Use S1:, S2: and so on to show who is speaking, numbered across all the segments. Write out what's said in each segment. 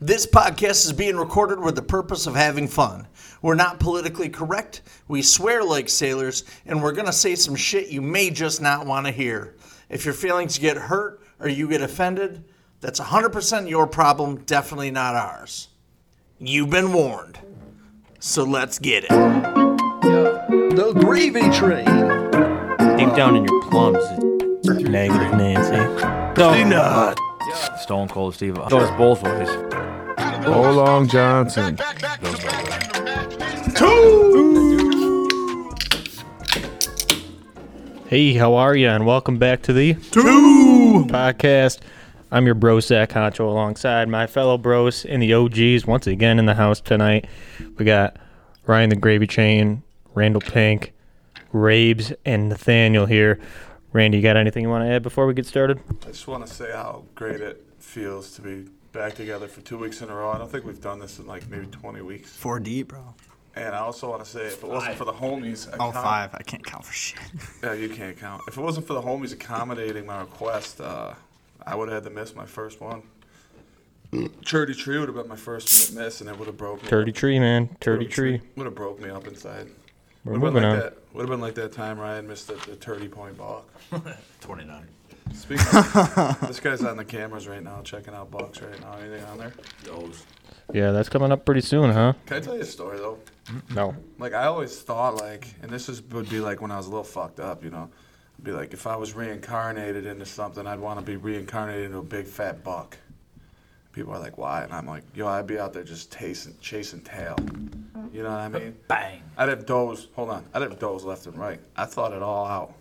S1: This podcast is being recorded with the purpose of having fun. We're not politically correct, we swear like sailors, and we're going to say some shit you may just not want to hear. If your feelings get hurt or you get offended, that's 100% your problem, definitely not ours. You've been warned. So let's get it. The gravy train.
S2: Deep down in your plums, it's negative Nancy. Don't
S1: Not.
S2: Stone Cold Steve. Those both ways.
S3: Oh, Long Johnson.
S4: Hey, how are you? And welcome back to the Two Podcast. I'm your bro Zach Honcho alongside my fellow bros in the OGs once again in the house tonight. We got Ryan the Gravy Chain, Randall Pink, Rabes, and Nathaniel here. Randy, you got anything you want to add before we get started?
S5: I just want to say how great it feels to be back together for two weeks in a row. I don't think we've done this in like maybe 20 weeks.
S6: Four D, bro.
S5: And I also want to say, if it wasn't for the homies, I
S6: Oh, five. I can't count for shit.
S5: Yeah, you can't count. If it wasn't for the homies accommodating my request, uh, I would have had to miss my first one. Charity Tree would have been my first miss, and it would have broke me.
S4: Turdy Tree, man. Turdy Tree.
S5: would have broke me up inside.
S4: We're
S5: Would
S4: moving
S5: have been
S4: on.
S5: like that. Would have been like that time Ryan missed the, the 30 point balk.
S1: 29.
S5: Speaking of, this guy's on the cameras right now, checking out bucks right now. Anything on there?
S4: Yeah, that's coming up pretty soon, huh?
S5: Can I tell you a story though?
S4: No.
S5: Like I always thought, like, and this is would be like when I was a little fucked up, you know. I'd be like, if I was reincarnated into something, I'd want to be reincarnated into a big fat buck. People are like, why? And I'm like, yo, I'd be out there just tasting, chasing tail. You know what I mean?
S1: Bang.
S5: I'd have does. Hold on, I'd have does left and right. I thought it all out.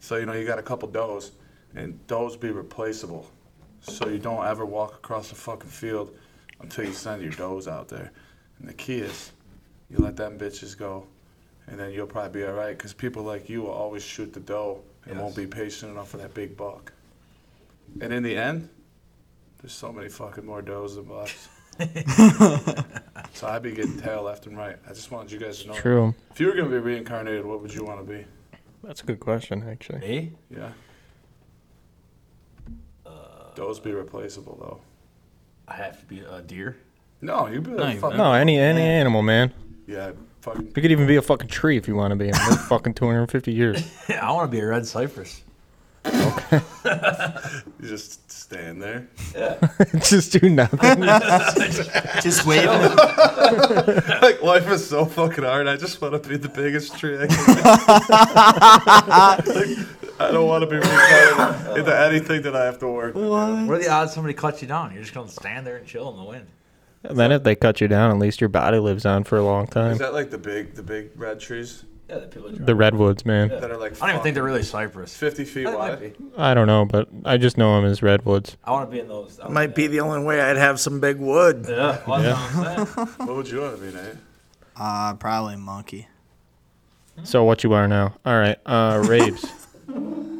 S5: So you know, you got a couple does, and does be replaceable. So you don't ever walk across the fucking field until you send your does out there. And the key is, you let them bitches go, and then you'll probably be all right. Because people like you will always shoot the doe and won't be patient enough for that big buck. And in the end, there's so many fucking more does than bucks. so I'd be getting tail left and right. I just wanted you guys to know.
S4: True.
S5: If you were gonna be reincarnated, what would you want to be?
S4: That's a good question, actually.
S2: Me?
S5: Yeah. Uh, Those be replaceable though.
S2: I have to be a deer.
S5: No, you'd be like,
S2: you
S5: fuck,
S4: No, any any animal, man.
S5: yeah, fucking.
S4: You could even be a fucking tree if you want to be. We're fucking 250 years.
S2: I want to be a red cypress.
S5: You just stand there.
S4: just do nothing.
S6: Just wave. it.
S5: like life is so fucking hard. I just want to be the biggest tree I can. Be. like, I don't want to be reincarnated into anything that I have to work. with.
S2: What are the odds somebody cuts you down? You're just gonna stand there and chill in the wind.
S4: then if they cut you down, at least your body lives on for a long
S5: Is
S4: time.
S5: that like the big, the big red trees
S2: Yeah, the people.
S4: The redwoods, man.
S5: that are like?
S2: I don't even think
S5: fucking
S2: they're really cypress.
S5: fifty feet
S2: I might
S5: wide.
S2: be.
S4: I don't know, but I just know them as redwoods.
S2: I want to be in those. I
S1: Might be the only way I'd have some big wood.
S2: Yeah, well, that's what I'm saying.
S5: What would you want to be, Nate?
S6: Uh, probably monkey.
S4: So what you are now? All right, uh, rapes.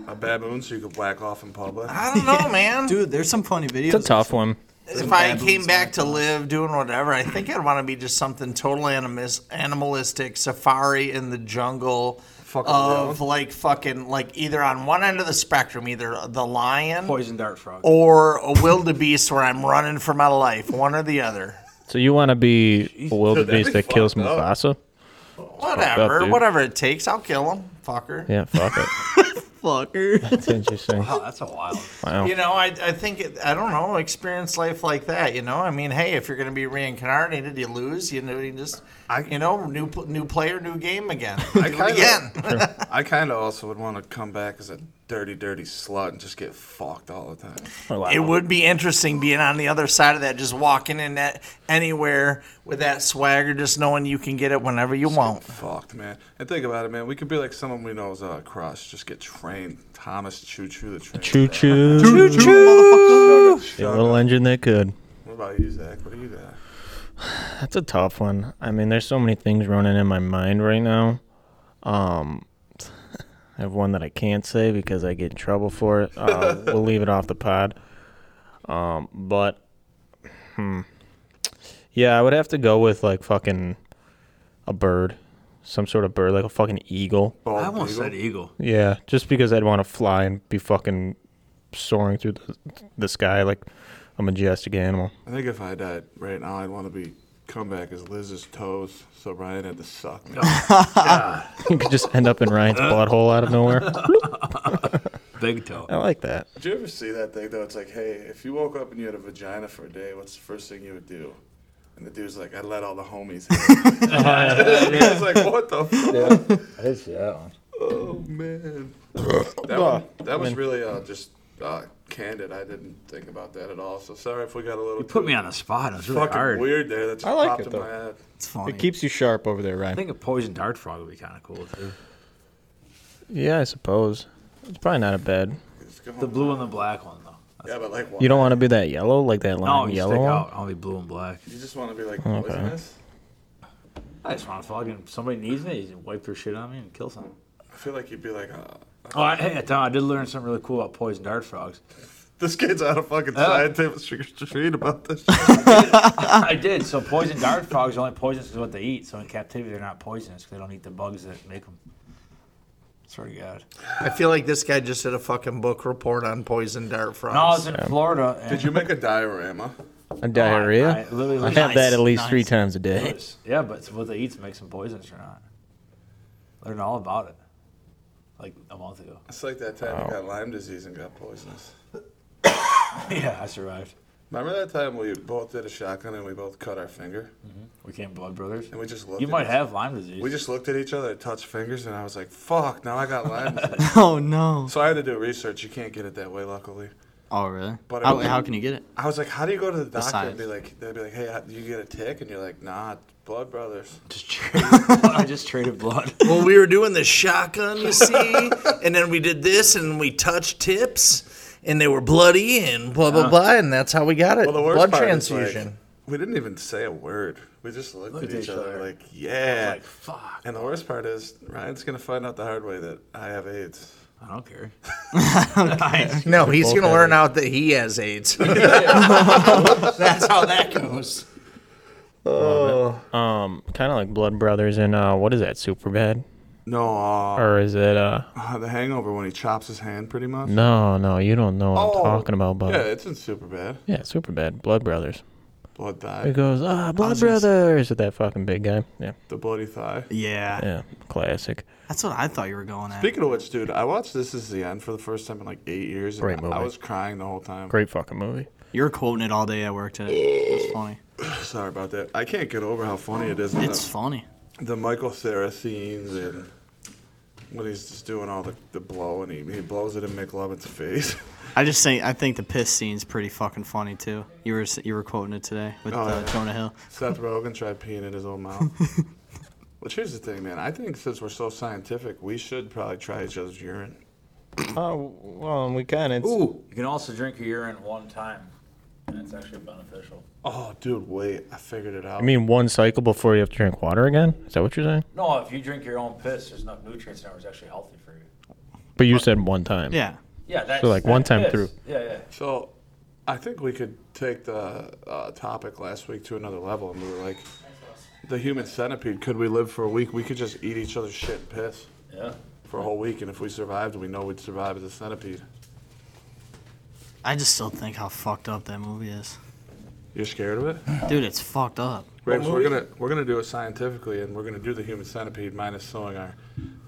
S5: A baboon, so you could whack off in public.
S1: I don't know, man.
S6: Dude, there's some funny videos.
S4: It's a tough one.
S1: if I came back to live doing whatever, I think I'd want to be just something total animis- animalistic, safari in the jungle
S5: Fucking
S1: of like fucking like either on one end of the spectrum, either the lion
S2: Poison dart frog.
S5: Oh.
S1: or a wildebeest where I'm running for my life, one or the other.
S4: So you want to be a wildebeest
S5: be
S4: that kills
S5: fucked up.
S4: Mufasa?
S1: Whatever,
S4: dude.
S1: whatever it takes, I'll kill him, fucker.
S4: Yeah, fuck it.
S6: fucker.
S4: That's interesting.
S2: Oh, that's a wild.
S4: Wow.
S1: You know, I, I think it, I don't know experience life like that. You know, I mean, hey, if you're going to be reincarnated, you lose. You know, you just
S5: I-
S1: you know, new pl- new player, new game again. Do
S5: kinda-
S1: it again.
S5: I kind of also would want to come back as a dirty, dirty slut and just get fucked all the time.
S1: It would be interesting being on the other side of that, just walking in that anywhere with that swagger, just knowing you can get it whenever you want.
S5: Fucked, man. And think about it, man. We could be like someone we know is uh, crush. Just get trained. Thomas Choo Choo the train.
S4: Choo choo.
S5: Choo
S4: A
S5: Choo.
S4: little engine that could.
S5: What about you, Zach? What do you got?
S4: That's a tough one. I mean, there's so many things running in my mind right now. Um, I have one that I can't say because I get in trouble for it. Uh, we'll leave it off the pod. Um, but hmm. yeah, I would have to go with like fucking a bird, some sort of bird, like a fucking eagle.
S5: Bald
S2: I almost
S5: eagle?
S2: said eagle.
S4: Yeah, just because I'd want to fly and be fucking soaring through the, the sky like a majestic animal.
S5: I think if I died right now, I'd want to be come back as Liz's toes, so Ryan had to suck me.
S4: you could just end up in Ryan's butthole out of nowhere.
S7: Big toe.
S4: I like that.
S5: Did you ever see that thing though? It's like, hey, if you woke up and you had a vagina for a day, what's the first thing you would do? And the dude's like, I'd let all the homies. In.
S7: Uh-huh.
S5: it's like, what the fuck?
S7: I did see that one.
S5: Oh man, that, one, that was really uh, just uh, candid. I didn't think about that at all. So sorry if we got a little
S7: You put me on the spot. It was really
S5: fucking
S7: hard.
S5: weird there. That just
S4: I like
S5: popped
S4: it,
S5: in
S4: though.
S5: my head.
S8: It's funny.
S4: It keeps you sharp over there,
S7: I
S4: Ryan.
S7: think a poison dart frog would be kind of cool too.
S4: Yeah, I suppose. It's probably not a bad.
S5: It's going
S7: The blue and the black one though.
S5: Yeah, but like, why?
S4: You don't want to be that yellow, like that
S7: No,
S4: lime
S7: you
S4: yellow
S7: stick
S4: one.
S7: out. I'll be blue and black.
S5: You just want to be like poisonous.
S7: I just want to fucking somebody needs me. You wipe their shit on me and kill something.
S5: I feel like you'd be like, uh,
S7: Oh, I, hey, I, tell you, I did learn something really cool about poison dart frogs.
S5: this kid's out of
S7: Uh.
S5: fucking scientific street about this.
S7: I did. So poison dart frogs are only poisonous is what they eat. So in captivity, they're not poisonous because they don't eat the bugs that make them. Swear to God.
S1: I feel like this guy just did a fucking book report on poison dart frogs.
S7: No, I was in Florida. And
S5: Did you make a diorama?
S4: A
S7: I-
S4: diarrhea.
S7: I, literally
S4: I
S7: looked
S4: have that at least
S8: nice.
S4: three times a day.
S7: Yes. Yeah, but it's what they eat makes them poisonous or not. Learned all about it, like a month ago.
S5: It's like that time you got Lyme disease and got poisonous.
S7: yeah, I survived.
S5: Remember that time we both did a shotgun and we both cut our finger
S7: We came blood brothers.
S5: and we just looked.
S7: You
S5: at
S7: might
S5: each-
S7: have Lyme disease.
S5: We just looked at each other and touched fingers, and I was like, "Fuck!" Now I got Lyme disease.
S8: Oh no.
S5: so I had to do research. You can't get it that way, luckily.
S8: Oh really?
S5: But
S8: how,
S5: it-
S8: how can you get it?
S5: I was like, "How do you go to the doctor
S8: size.
S5: and be like, they'd be like, hey, how- do you get a tick?'" And you're like, "Nah, it's blood brothers."
S7: just traded blood. I just traded blood.
S1: Well, we were doing the shotgun, you see, and then we did this, and we touched tips, and they were bloody, and blah blah blah, and that's how we got it.
S5: Well, the worst
S1: Blood
S5: part is, like,
S1: transfusion.
S5: we didn't even say a word. We just looked
S7: Looked
S5: at each other, like, "Yeah."
S7: Like fuck.
S5: and the worst part is, Ryan's gonna find out the hard way that I have AIDS.
S7: I don't care.
S1: no, he's gonna learn out that he has AIDS. that's how that goes.
S4: Um, kind of like Blood Brothers and uh, what is that? Superbad,
S5: No, uh,
S4: or is it uh?
S5: uh, the Hangover when he chops his hand, pretty much.
S4: No, no, you don't know what
S7: Oh,
S4: I'm talking about,
S5: Yeah,
S4: but
S5: it's in super bad.
S4: yeah, Superbad, Blood Brothers.
S5: Blood
S4: It
S5: thigh,
S4: goes ah, Blood Brothers with that fucking big guy. Yeah,
S5: the bloody thigh.
S8: Yeah.
S4: yeah, classic.
S8: That's what I thought you were going at.
S5: Speaking of which, dude, I watched This Is the End for the first time in like eight years. and
S4: Great movie.
S5: I was crying the whole time.
S4: Great fucking movie.
S8: You were quoting it all day at work today. It's funny.
S5: Sorry about that. I can't get over how funny it is. in
S8: It's
S5: the,
S8: funny.
S5: the Michael Cera scenes and when he's just doing all the, the blow and he, he blows it in McLovin's face.
S8: I just think I think the piss scene's pretty fucking funny too. You were s- you were quoting it today with
S5: Oh,
S8: uh,
S5: yeah.
S8: Jonah Hill.
S5: Seth Rogen tried peeing in his own mouth. Which here's the thing, man. I think since we're so scientific, we should probably try each other's urine.
S4: Oh well, we kind of.
S7: Ooh. You can also drink your urine one time. and That's actually beneficial.
S5: Oh, dude, wait. I figured it out.
S4: I mean, one cycle before you have to drink water again. Is that what you're saying?
S7: No, if you drink your own piss, there's enough nutrients in it. It's actually healthy for you.
S4: But you said one time.
S8: Yeah.
S7: Yeah, that's
S4: like, one
S7: that's
S4: time
S7: piss.
S4: through.
S7: Yeah, yeah.
S5: So, I think we could take the uh, topic last week to another level, and we were like, the human centipede. Could we live for a week? We could just eat each other's shit and piss
S7: Yeah.
S5: for a whole week, and if we survived, we know we'd survive as a centipede.
S8: I just still think how fucked up that movie is.
S5: You're scared of it,
S8: Dude, it's fucked up.
S5: Right, so We're gonna we're gonna do it scientifically, and we're gonna do the human centipede minus sewing our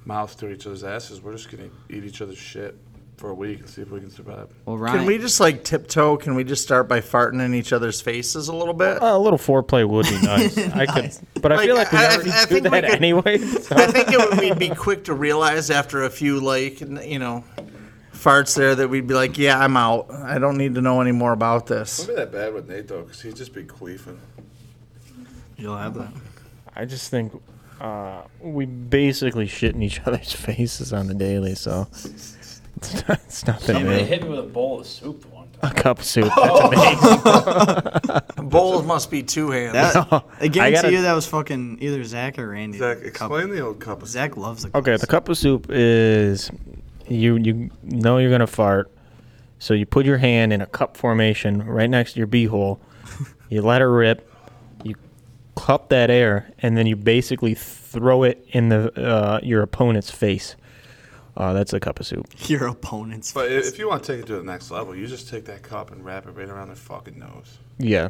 S5: mouths to each other's asses. We're just gonna eat each other's shit for a week and see if we can survive.
S8: Well, Ryan,
S1: Can we just like tiptoe? Can we just start by farting in each other's faces a little bit?
S4: Uh, a little foreplay would be nice. I could, but I feel
S1: Like,
S4: like we
S1: I- I-
S4: already
S1: I
S4: do
S1: think we
S4: that
S1: could-
S4: anyway.
S1: I think it would, we'd be quick to realize after a few like n- you know farts there that we'd be like, yeah, I'm out. I don't need to know any more about this.
S5: Wouldn't be that bad with Nate though, because he'd just be queefing.
S8: You'll have that.
S4: I just think uh, we basically shit in each other's faces on the daily, so it's not, it's nothing
S7: Somebody
S4: new.
S7: hit me with a bowl of soup one time.
S4: A cup of soup. That's amazing.
S1: Bowls must be two hands.
S8: That, again,
S4: I gotta-
S8: to you, that was fucking either Zach or Randy.
S5: Zach,
S8: Cup-
S5: explain the old cup of
S8: Zach loves the.
S4: Okay, the cup of soup is you you know you're gonna fart, so you put your hand in a cup formation right next to your beehole. You let it rip. You cup that air, and then you basically throw it in the uh, your opponent's face. Uh, that's a cup of soup.
S6: Your opponent's.
S5: But i- if you want to take it to the next level, you just take that cup and wrap it right around their fucking nose.
S4: Yeah,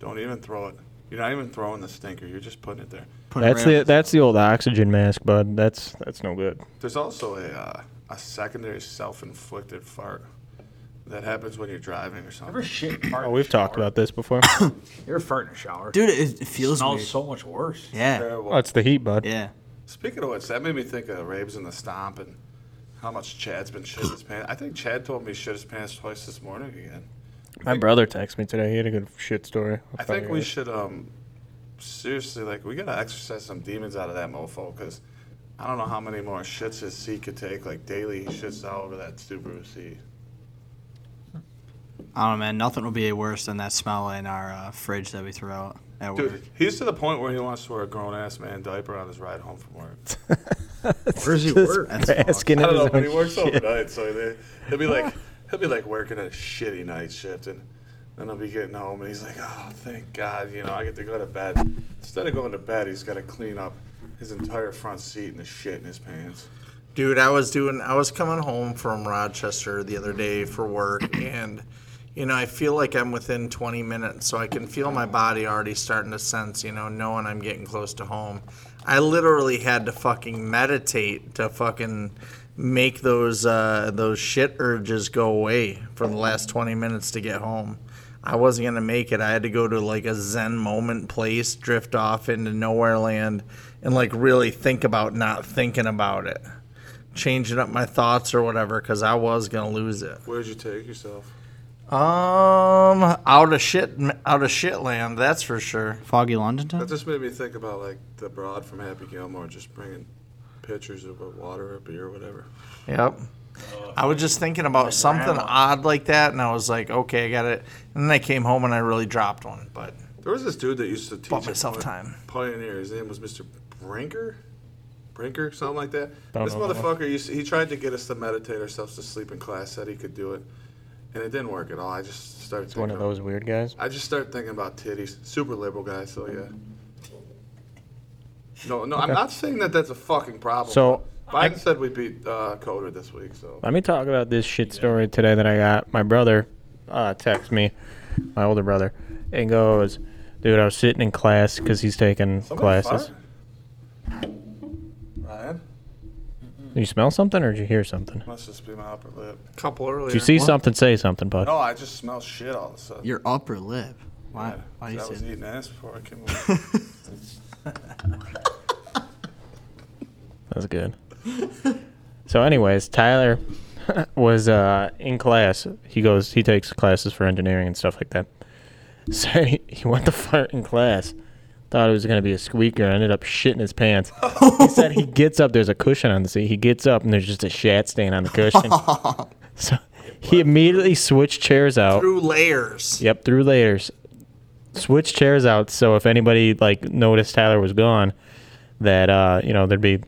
S5: Don't even throw it. You're not even throwing the stinker. You're just putting it there.
S6: Put it
S4: that's
S6: right
S4: the that's the old oxygen mask, bud. That's that's no good.
S5: There's also a uh, a secondary self-inflicted fart that happens when you're driving or something.
S9: Ever shit and fart
S4: Oh,
S9: in a
S4: we've talked
S9: shower?
S4: about this before.
S9: You're farting in a shower.
S6: Dude, it, it feels
S9: smells
S6: weird.
S9: so much worse.
S6: yeah.
S5: Terrible.
S4: oh, it's the heat, bud.
S6: Yeah.
S5: Speaking of which, that made me think of Raves in the Stomp and how much Chad's been shitting his pants. I think Chad told me he shit his pants twice this morning again.
S4: My brother texted me today. He had a good shit story.
S5: I think we should um seriously like we gotta exercise some demons out of that mofo because I don't know how many more shits his seat could take. Like daily, he shits all over that Subaru seat.
S6: I don't know, man. Nothing will be worse than that smell in our uh, fridge that we threw out at work.
S5: Dude, he's to the point where he wants to wear a grown ass man diaper on his ride home from work.
S6: Where does he work?
S4: Asking
S5: I don't know, but he works overnight, so they, he'll be like he'll be like working a shitty night shift, and then he'll be getting home, and he's like, oh, thank God, you know, I get to go to bed. Instead of going to bed, he's got to clean up his entire front seat and the shit in his pants.
S1: Dude, I was doing I was coming home from Rochester the other day for work and you know, I feel like I'm within 20 minutes, so I can feel my body already starting to sense, you know, knowing I'm getting close to home. I literally had to fucking meditate to fucking make those uh, those shit urges go away for the last 20 minutes to get home. I wasn't gonna make it. I had to go to like a Zen moment place, drift off into nowhere land, and like really think about not thinking about it changing up my thoughts or whatever because I was gonna lose it.
S5: Where'd you take yourself?
S1: Um, out of shit, out of shit land. That's for sure.
S6: Foggy London
S5: That
S6: time?
S5: just made me think about like the broad from Happy Gilmore just bringing pitchers of water or beer or whatever.
S1: Yep. I was just thinking about something odd like that, and I was like, okay, I got it. And then I came home and I really dropped one, but
S5: There was this dude that used to teach
S1: bought
S5: at
S1: myself
S5: Pioneer-
S1: time.
S5: Pioneer. His name was Mr. Brinker, Brinker, something like that.
S4: Don't
S5: This
S4: know that
S5: motherfucker used. To, he tried to get us to meditate ourselves to sleep in class. Said he could do it, and it didn't work at all. I just started. Thinking,
S4: One of those weird guys.
S5: I just started thinking about titties. Super liberal guy. So yeah. No, no, I'm not saying that that's a fucking problem.
S4: So,
S5: Biden said we beat uh, Coder this week. So
S4: Let me talk about this shit story today that I got. My brother uh, texts me, my older brother, and goes, "Dude, I was sitting in class because he's taking
S5: Somebody
S4: classes.
S5: fart? Ryan,
S4: Did you smell something or did you hear something?
S5: must just be my upper lip.
S1: couple earlier.
S4: If you see something, say something, bud.
S5: No, I just smell shit all of a sudden.
S6: Your upper lip. Why?
S5: Yeah,
S6: why
S5: I
S6: you
S5: was
S6: say
S5: eating ass before I came over.
S4: That's good. so, anyways, Tyler was uh, in class. He goes, he takes classes for engineering and stuff like that. So he, he went to fart in class. Thought it was gonna be a squeaker. Ended up shitting his pants. he said he gets up. There's a cushion on the seat. He gets up and there's just a shat stain on the cushion. so he immediately switched chairs out.
S1: through layers.
S4: Yep, through layers. Switch chairs out so if anybody like noticed Tyler was gone, that uh, you know, there'd be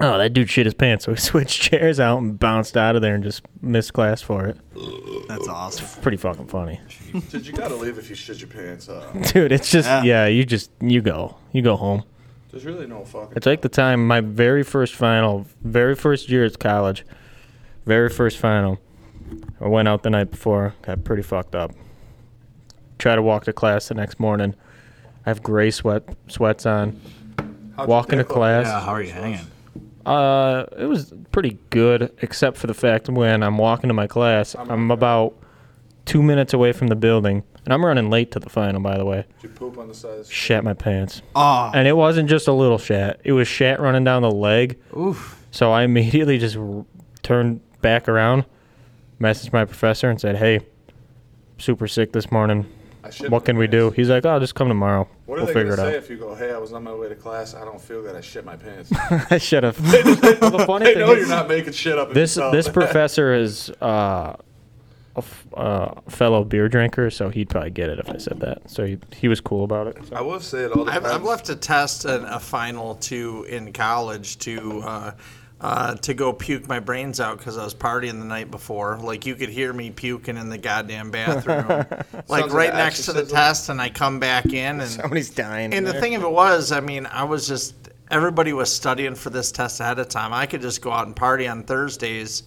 S4: Oh, that dude shit his pants. So he switched chairs out and bounced out of there and just missed class for it.
S6: that? That's awesome.
S4: Pretty fucking funny.
S5: Dude, you gotta leave if you shit your pants off.
S4: Dude, it's just yeah,
S6: Yeah.
S4: you just you go. You go home.
S5: There's really no fucking.
S4: It's like the time my very first final, very first year at college, very first final. I went out the night before, got pretty fucked up. Try to walk to class the next morning. I have gray sweat sweats on.
S5: How'd
S4: walk
S5: your
S4: into
S5: dick look?
S4: class.
S9: Yeah, how are you hanging?
S4: Uh, it was pretty good, except for the fact when I'm walking to my class, I'm about two minutes away from the building, and I'm running late to the final. By the way,
S5: Did you poop on the side of the street?
S4: shat my pants.
S6: Oh,
S4: And it wasn't just a little shat. It was shat running down the leg.
S6: oof.
S4: So I immediately just r- turned back around, messaged my professor, and said, "Hey, super sick this morning.
S5: I shit
S4: What
S5: my
S4: can we do?"
S5: pants.
S4: He's like, "Oh, just come tomorrow.
S5: What are
S4: we'll
S5: they
S4: figure
S5: gonna
S4: it
S5: say
S4: out."
S5: if you go, "Hey, I was on my way to class. I don't feel good. I shit my pants."
S4: I should have. well, the funny
S5: they
S4: thing
S5: know
S4: is-
S5: you're not making shit up.
S4: this
S5: yourself.
S4: this professor is uh, a f- uh, fellow beer drinker, so he'd probably get it if I said that. So he, he was cool about it.
S5: I will say it all the
S1: I've,
S5: time.
S1: I've left a test and a final two in college to uh, uh, to go puke my brains out because I was partying the night before. Like you could hear me puking in the goddamn bathroom, like
S5: Sounds like
S1: right
S5: an
S1: next to the
S5: exorcism.
S1: test, and I come back in and
S4: Somebody's dying.
S1: and the thing of it was, I mean, I was just everybody was studying for this test ahead of time. I could just go out and party on Thursdays,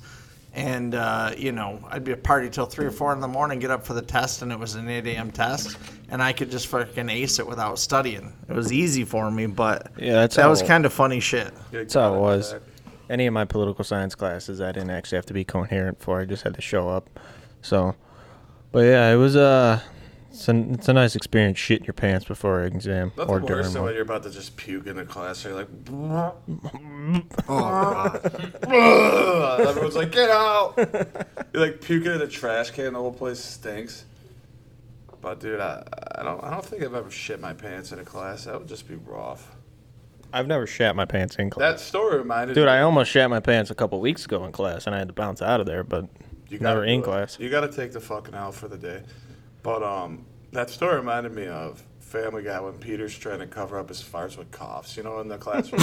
S1: and uh, you know, I'd be a party till three or four in the morning, get up for the test, and it was an eight a.m. test, and I could just fucking ace it without studying. It was easy for me, but
S4: Yeah, that's
S1: that
S4: how-
S1: was kind of funny shit.
S4: That's
S5: That's
S4: how it was. Any of my political science classes, I didn't actually have to be coherent for. I just had to show up. So, but yeah, it was uh, it's a it's a nice experience. Shit in your pants before an exam
S5: Nothing
S4: or
S5: worse
S4: during.
S5: than
S4: one.
S5: when you're about to just puke in the class. You're like,
S1: Oh god.
S5: "Ugh," everyone's like, get out. You're like puking in a trash can. The whole place stinks. But dude, I, I don't I don't think I've ever shit my pants in a class. That would just be rough.
S4: I've never shat my pants in class.
S5: That story reminded
S4: Dude,
S5: me.
S4: I almost shat my pants a couple weeks ago in class, and I had to bounce out of there. But
S5: You
S4: never
S5: gotta
S4: in
S5: do it.
S4: class.
S5: You got to take the fucking out for the day. But um, that story reminded me of Family Guy when Peter's trying to cover up his farts with coughs. You know, in the classroom.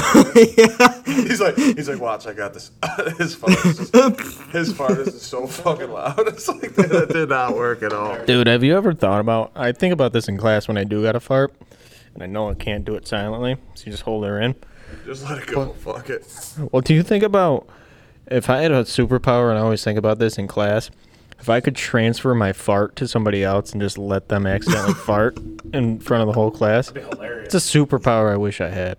S5: He's like, he's like, watch, I got this. his fart, is just, his fart is just so fucking loud. It's like that, that did not work at all.
S4: Dude, have you ever thought about? I think about this in class when I do got to fart, and I know I can't do it silently, so you just hold her in.
S5: Just let it go. Fuck it.
S4: Well, do you think about if I had a superpower, and I always think about this in class, if I could transfer my fart to somebody else and just let them accidentally fart in front of the whole class? It's a superpower I wish I had.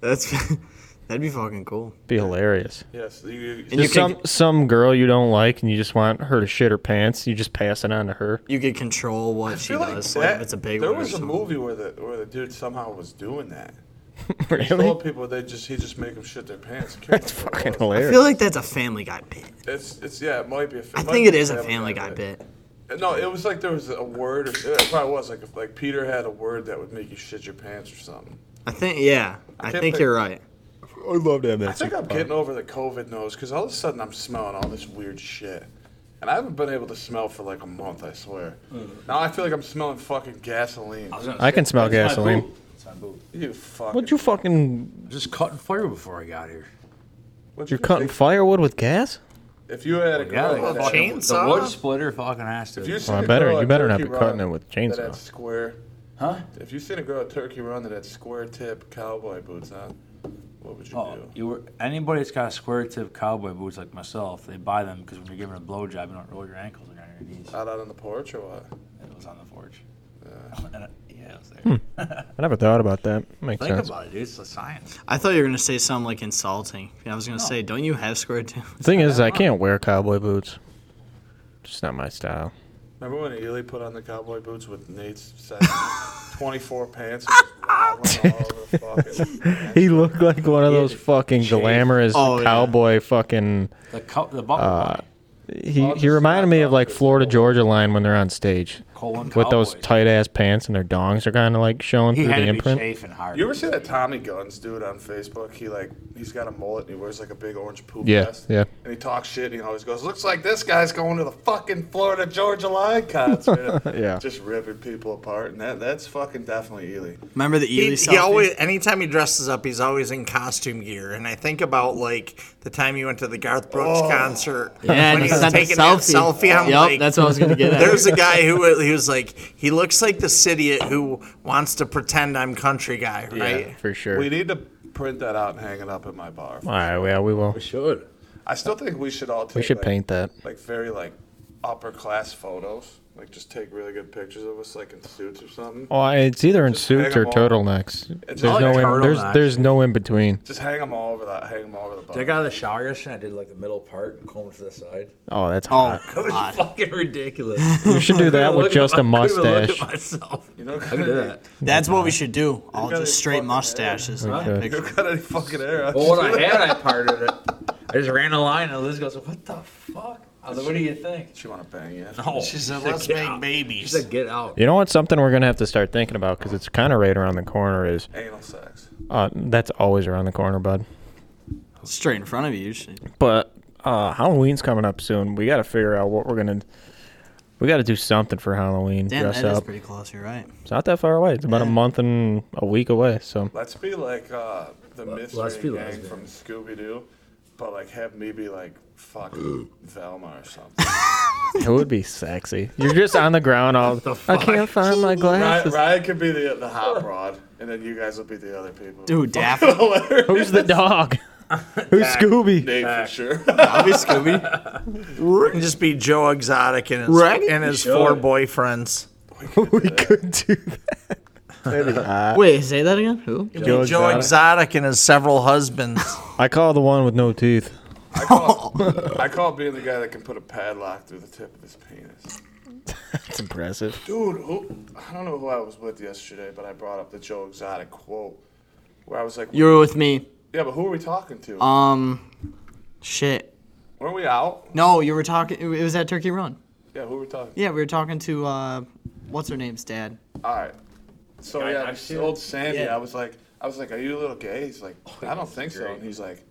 S6: That's that'd be fucking cool.
S4: Be hilarious.
S5: Yes. You,
S6: And you
S4: Just some
S6: could
S4: some girl you don't like and you just want her to shit her pants, you just pass it on to her.
S6: you could control what she
S5: feel like
S6: does. like
S5: that-
S6: if it's a big
S5: there
S6: one. or
S5: was a
S6: something.
S5: movie where the where the dude somehow was doing that.
S4: Really?
S5: Told people they just he just make them shit their pants. I can't
S4: That's
S5: remember what it
S4: fucking
S5: was.
S6: I feel
S4: hilarious.
S6: like that's a Family Guy bit.
S5: It's it's yeah. It might be. A,
S6: I think it is a Family Guy
S5: bit.
S6: bit.
S5: No, it was like there was a word. Or, it probably was like if like Peter had a word that would make you shit your pants or something.
S6: I think yeah. I
S5: can't
S6: think
S5: put-
S6: you're right.
S4: I'd love to have
S5: I think I'm getting over the COVID nose because all of a sudden I'm smelling all this weird shit, and I haven't been able to smell for like a month. I swear. Now I feel like I'm smelling fucking gasoline.
S4: Mm. I can smell gasoline.
S9: It's my boob.
S5: You fucking.
S4: What you fucking
S7: Just cutting fire before I got here.
S5: what'd
S4: you're
S5: you
S4: cutting
S5: think?
S4: firewood with gas?
S5: If you had a
S9: Yeah,
S5: grill
S9: like
S5: that-
S9: the fucking-
S1: chainsaw?
S9: The wood splitter fucking has to.
S5: If you
S9: It's
S5: seen
S4: I
S5: a
S4: better-
S5: girl
S4: you
S5: at
S4: better not
S5: Turkey
S4: be cutting
S5: Run
S4: it with
S5: That
S4: chainsaw.
S5: had square.
S9: Huh?
S5: If you seen a girl at Turkey Run that had square tip cowboy boots on, what would you
S9: Oh,
S5: do?
S9: you were anybody that's got square tip cowboy boots like myself, they buy them because when you're giving a blowjob, you don't roll your ankles around your knees.
S5: Out out on the porch or what?
S9: It was on the forge. And I- yeah, it was
S4: Hmm,
S9: there.
S4: I never thought about that. Makes
S9: Think
S4: sense.
S9: about it, dude. It's a science.
S6: I thought you were gonna say something like insulting. I was gonna say, don't you have square too?
S4: The thing is, I can't wear cowboy boots. Just not my style.
S5: Remember when Ely put on the cowboy boots with Nate's size 24 pants and just wobbling all over the fucking.
S4: He looked like one of those fucking glamorous
S6: Oh, yeah.
S4: cowboy fucking.
S9: The co- the buckle uh,
S4: He he reminded me of like Florida Georgia line when they're on stage
S9: Colon
S4: with those
S9: Cowboys.
S4: tight ass pants and their dongs are kind of like showing
S9: He
S4: through
S9: had
S4: the
S9: to be
S4: imprint.
S9: chafing hard.
S5: You ever see that Tommy Guns dude on Facebook? He like he's got a mullet and he wears like a big orange poop
S4: Yeah,
S5: vest.
S4: yeah.
S5: And he talks shit and he always goes, "Looks like this guy's going to the fucking Florida Georgia Line concert."
S4: Yeah.
S5: Just ripping people apart, and that that's fucking definitely Ely.
S6: Remember the Ely
S1: He,
S6: selfie?
S1: he always, anytime he dresses up, he's always in costume gear. And I think about like the time you went to the Garth Brooks concert
S6: yeah,
S1: when
S6: and
S1: he
S6: he
S1: was
S6: sent a
S1: taking that selfie.
S6: selfie.
S1: I'm
S6: Yep,
S1: like,
S6: that's what I was gonna get at.
S1: there's a guy who wa- he was like, he looks like the idiot who wants to pretend I'm country guy, right?
S4: for sure.
S5: We need to print that out and hang it up in my bar.
S4: All right, well we will.
S7: We should.
S5: I still think we should all take
S4: We should
S5: like,
S4: paint that.
S5: like very like upper class photos. Like just take really good pictures of us like in suits or something.
S4: Oh, it's either in suits
S5: hang
S4: or
S5: 'em all.
S4: turtlenecks. There's
S5: all
S4: no in, there's
S9: turtlenecks.
S4: there's no in between.
S5: Just hang them all over that. Hang them all over the bar.
S7: I got out of the shower yesterday. I did like the middle part and combed to the side.
S4: Oh, that's
S6: Oh
S4: hot.
S7: It was
S6: God!
S7: fucking ridiculous.
S4: You should do that with just a mustache.
S7: myself.
S5: you know,
S7: I can do that.
S6: That's what we should do. All
S5: gotta
S6: just straight
S5: fucking-
S6: mustaches.
S4: Okay.
S5: You don't got any fucking hair. on
S7: Well,
S5: you.
S7: when I had, I parted it. I just ran a line, and Liz goes, "What the fuck?" I was like, "What do you think?"
S5: She want to bang you.
S7: No,
S1: She said, let's make
S7: She
S1: babies.
S7: said, "Get out."
S4: You know what's something we're gonna have to start thinking about because it's kind of right around the corner. Is
S5: Anal sex.
S4: uh, that's always around the corner, bud.
S6: Straight in front of you usually.
S4: But uh, Halloween's coming up soon. We got to figure out what we're gonna. We got to do something for Halloween.
S6: Damn, that
S4: dress
S6: is
S4: up.
S6: pretty close. You're right.
S4: It's not that far away. It's about a month and a week away. So
S5: Let's be like uh, the mystery
S7: let's be
S5: gang
S7: lesbian.
S5: from Scooby Doo. but like have maybe like fucking Velma or something.
S4: It would be sexy. You're just on the ground all. I can't find my
S5: Ryan,
S4: glasses.
S5: Ryan could be the the hot rod, and then you guys will be the other people.
S6: Dude, Daffy.
S4: Who's the dog? Who's Scooby?
S5: Nate for sure.
S1: I'll be Scooby. And just be Joe Exotic and his,
S4: Right?
S1: and his four boyfriends.
S4: We could do that.
S6: Wait, say that again. Who?
S4: Joe
S1: Joe
S4: Exotic.
S1: Exotic and his several husbands.
S4: I call the one with no teeth.
S5: I call, I call being the guy that can put a padlock through the tip of his penis.
S4: That's impressive.
S5: Dude, who, I don't know who I was with yesterday, but I brought up the Joe Exotic quote where I was like,
S6: You were with me.
S5: "Yeah, but who are we talking to?
S6: Um, shit.
S5: Weren't we out?
S6: No, you were talking. It was at Turkey Run.
S5: Yeah, who were we talking? to?
S6: Yeah, we were talking to uh, what's her name's dad.
S5: All right. So yeah,
S7: I've
S5: this
S7: seen
S5: old
S7: it.
S5: Sandy.
S7: Yeah.
S5: I was like, I was like, "Are you a little gay?" He's like, "I don't think so."
S7: great.
S5: And he's like,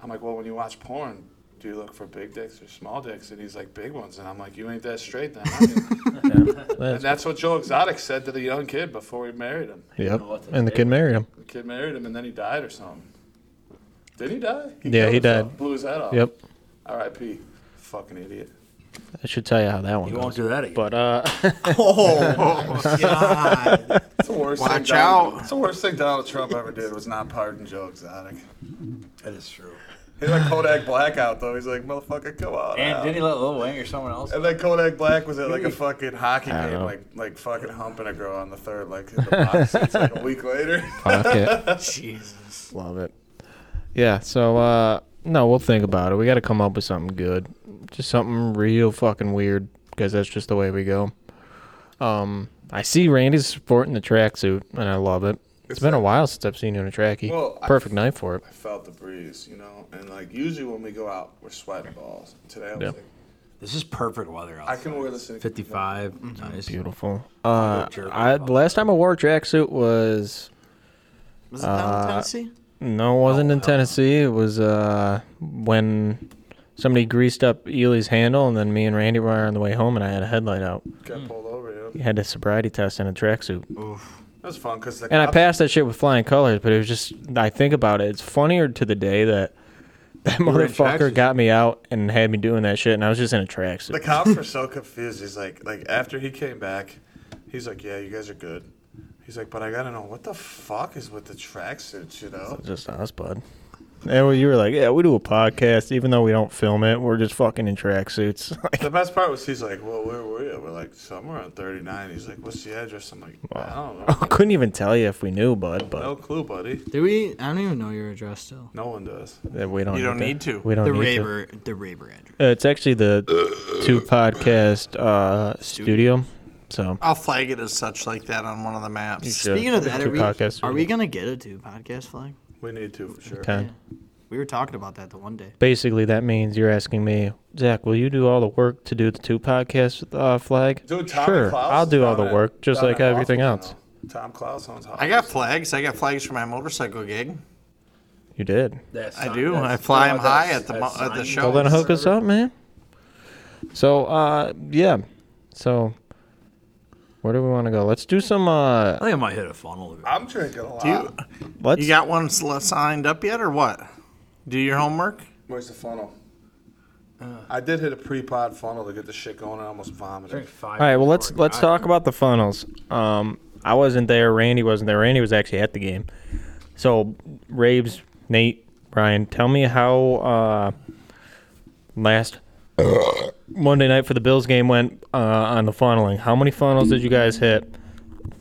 S5: "I'm like, well, when you watch porn, do you look for big dicks or small dicks?" And he's like, "Big ones." And I'm like, "You ain't that straight then." are you?" and that's what Joe Exotic said to the young kid before he married him.
S4: Yep. And the kid married him.
S5: The kid married him, and then he died or something. Did he die?
S4: Yeah,
S5: killed
S4: he died.
S5: himself, Blew his head off.
S4: Yep.
S5: R.I.P. Fucking idiot.
S4: I should tell you how that one
S9: You won't
S4: goes.
S9: do that again.
S4: But uh,
S1: oh, God.
S5: It's the worst thing
S1: Watch
S5: Donald-
S1: out.
S5: It's the worst thing Donald Trump ever did was not pardon Joe Exotic.
S9: that is true.
S5: He's like Kodak Black out though. He's like, motherfucker, come on.
S7: And
S5: out."
S7: didn't he let Lil Wayne or someone else?
S5: And then Kodak Black was at like a fucking hockey
S4: don't
S5: game,
S4: know.
S5: like like fucking humping a girl on the third, like in the box. it's like a week later.
S4: pocket.
S1: Jesus.
S4: Love it. Yeah. So uh, no, we'll think about it. We got to come up with something good, just something real fucking weird, because that's just the way we go. Um, I see Randy's sporting the tracksuit, and I love it. it's been a while since I've seen you in a trackie.
S5: Well, I-
S4: Perfect night for it.
S5: I felt the breeze, you know, and like usually when we go out, we're sweating balls. Today I was
S4: Yeah.
S5: like,
S9: This is perfect weather
S5: I
S9: outside.
S5: can wear this. in-
S9: 55. Nice.
S4: Beautiful. Uh,
S9: jerk
S4: I, the last time I wore a tracksuit was
S6: Was it down in Tennessee?
S4: no, it wasn't in Tennessee. It was uh when somebody greased up Ely's handle, and then me and Randy were on the way home, and I had a headlight out.
S5: Got pulled over, you know.
S4: You had a sobriety test in a tracksuit,
S6: Oh,
S5: That was fun because
S4: and I passed that shit with flying colors. But it was just I think about it. It's funnier to the day that. That
S5: were in
S4: motherfucker
S5: tracksuit.
S4: got me out and had me doing that shit, and I was just in a tracksuit.
S5: The cops were so confused. He's like, like after he came back, he's like, yeah, you guys are good. He's like, but I gotta know what the fuck is with the tracksuits, you know?
S4: Just us, bud. And we- you were like, yeah, we do a podcast, even though we don't film it. We're just fucking in tracksuits. Like,
S5: The best part was he's like, well, where were you? We're like, somewhere on 39. He's like, what's the address? I'm like, I don't know.
S4: couldn't even tell you if we knew, bud. But
S5: No clue, buddy.
S6: Do we? I don't even know your address still.
S5: No one does.
S4: that we don't.
S1: You don't need
S4: that.
S1: to.
S4: We don't
S6: The
S4: need to.
S6: Raver, the Raver address.
S4: Uh, it's actually the two podcast uh, studio. So
S1: I'll flag it as such like that on one of the maps.
S4: should.
S6: Speaking of that,
S4: Two
S6: are we,
S4: podcasts.
S6: are we gonna get a two podcast flag?
S5: We need to, for sure.
S4: Ten.
S6: We were talking about that the one day.
S4: Basically, that means you're asking me, Zach, will you do all the work to do the two podcast uh, flag?
S5: Dude, Tommy
S4: sure,
S5: Klaus
S4: I'll
S5: is
S4: do all
S5: down
S4: the
S5: at-
S4: work, just
S5: down
S4: like
S5: at
S4: everything
S5: Waffles
S4: else.
S5: now. Tom Klaus owns
S1: I got flags. I got flags for my motorcycle gig.
S4: You did.
S9: That's
S1: I
S9: not-
S1: do. I
S9: that's-
S1: fly
S9: no,
S1: them high
S9: that's-
S1: at the mo-
S9: that's
S1: at the
S9: not-
S1: show.
S4: Well, then hook us up, man. So, uh, yeah. So, where do we want to go? Let's do some. Uh,
S9: I think I might hit a funnel.
S5: I'm drinking a lot.
S1: Do you,
S4: let's.
S1: Uh, you got one sl- signed up yet, or what? Do your homework.
S5: Where's the funnel? I did hit a pre-pod funnel to get the shit going. I almost vomited.
S9: Five
S4: all right. Well, let's let's talk about the funnels. Um, I wasn't there. Randy wasn't there. Randy was actually at the game. So, Raves, Nate, Brian, tell me how uh, last Monday night for the Bills game went uh, on the funneling. How many funnels did you guys hit?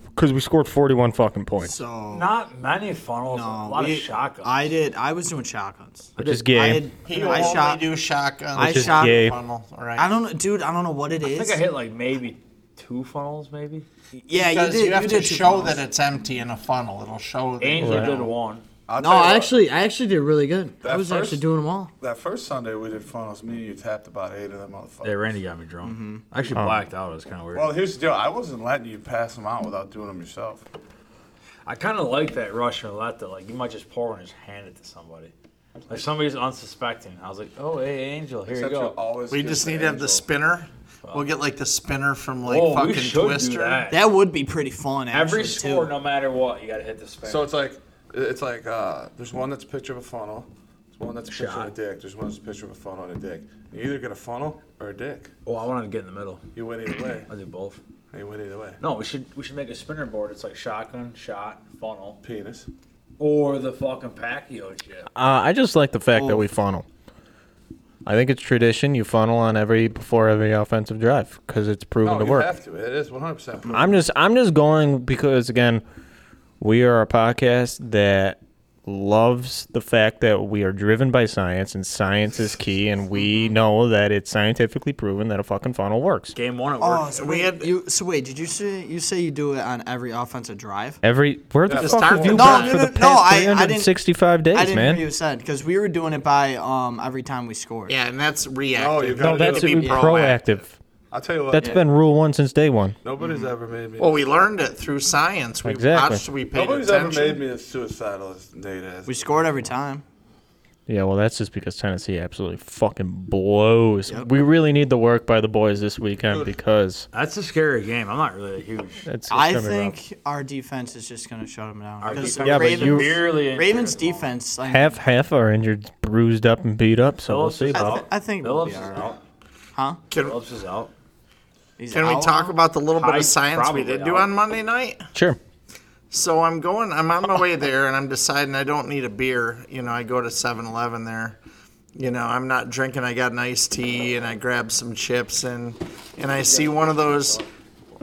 S4: Because we scored forty-one fucking points.
S6: So
S7: Not many funnels.
S6: no,
S7: a lot
S6: Um, we-
S7: of shotguns.
S6: I did. I was doing shotguns.
S4: Which is gay.
S6: I, had,
S1: He
S6: I
S1: only
S6: shot.
S1: do shotgun.
S6: I shot.
S4: gay.
S1: funnel. All right.
S6: I don't know, dude. I don't know what it
S7: I
S6: is.
S7: think I hit like maybe two funnels, maybe.
S6: yeah, you
S1: Because
S6: did.
S1: you have to
S6: did two
S1: show
S6: funnels.
S1: that it's empty in a funnel. It'll show. that-
S7: Angel did one.
S5: I'll
S6: No,
S5: tell you what,
S6: I actually, I actually did really good. I
S5: That
S6: was actually
S5: first-
S6: doing them all.
S5: That first Sunday we did funnels, me and you tapped about eight of them motherfuckers.
S9: Hey, Randy got me drunk. I actually blacked out. It was kind of weird.
S5: Well, here's the deal. I wasn't letting you pass them out without doing them yourself.
S7: I kind of like that Russian roulette though. Like you might just pour one and just hand it to somebody. Like somebody's unsuspecting. I was like, oh hey Angel, here
S5: Except uh,
S7: you
S5: you
S7: go.
S5: always
S1: We
S5: give
S1: just
S5: the
S1: need to have the
S5: angel.
S1: spinner. We'll get like the spinner from like
S7: Oh, we
S1: fucking
S7: should
S1: Twister.
S7: do that.
S6: That would be pretty fun. Actually,
S7: Every score,
S6: too.
S7: no matter what, you gotta hit the spin.
S5: So it's like it's like uh, there's one that's a picture of a funnel. There's one that's a picture of a dick. There's one that's a picture of a funnel and a dick. You either get a funnel or a dick.
S7: Well, Oh, I wanted to get in the middle.
S5: You win either way.
S7: I'll do both.
S5: You win either way.
S7: No, we should we should make a spinner board. It's like shotgun, shot, funnel,
S5: Penis.
S7: or the fucking Pacquiao shit.
S4: Uh, I just like the fact that we funnel. I think it's tradition. You funnel on every before every offensive drive because it's proven
S5: No,
S4: to
S5: you
S4: work.
S5: have to. It is 100%. proof.
S4: I'm just I'm just going because again, we are a podcast that loves the fact that we are driven by science and science is key and we know that it's scientifically proven that a fucking funnel works.
S7: Game one, it
S6: Oh,
S7: worked.
S6: so we had you. So wait, did you say you say you do it on every offensive drive?
S4: Every where the
S5: Just
S4: fuck
S5: start
S4: have you
S5: with
S4: been
S6: that.
S4: for
S6: No, no,
S4: the
S6: no, no,
S4: past
S6: I- I didn't-
S4: 365 days,
S6: I didn't
S4: man?
S6: hear you said because we were doing it by um every time we scored.
S1: Yeah, and
S5: Oh,
S1: that's reactive.
S5: No, you
S4: no,
S5: gotta
S4: that's
S5: do it.
S1: be
S4: proactive.
S5: I'll tell you what.
S4: That's been rule one since day one.
S5: nobody's ever made me.
S1: Mm-hmm. Well, we learned it through science. We
S4: Exactly.
S1: watched. We paid
S5: nobody's
S1: attention.
S5: ever made me as suicidal as Nate is.
S6: We scored every time.
S4: Yeah, well, that's just because Tennessee absolutely fucking blows. We really need the work by the boys this weekend because
S7: That's a scary game. I'm not really a huge.
S4: it's. it's
S6: I
S4: gonna be rough.
S6: think our defense is just gonna shut them down.
S7: Our
S6: 'Cause
S7: defense
S4: Yeah, but
S7: is
S6: Ravens,
S4: you-
S7: severely injured
S6: Ravens
S7: at the moment.
S6: defense. I, mean,
S4: half half are injured, bruised up, and beat up. So we'll
S7: Phillips
S4: see.
S7: is
S6: I,
S4: Bob.
S6: th- I think we'll
S7: Phillips
S6: be
S7: is
S6: all right.
S7: out.
S6: Huh?
S1: Can,
S7: Phillips is out.
S6: He's
S1: can we
S6: out?
S1: talk about the little bit
S7: Hyde
S1: of science we
S7: probably
S1: did do
S7: out.
S1: on Monday night?
S4: Sure.
S1: So I'm going, I'm on my way there and I'm deciding I don't need a beer. You know, I go to 7 Eleven there. You know, I'm not drinking. I got an iced tea and I grab some chips and, and I see one of those,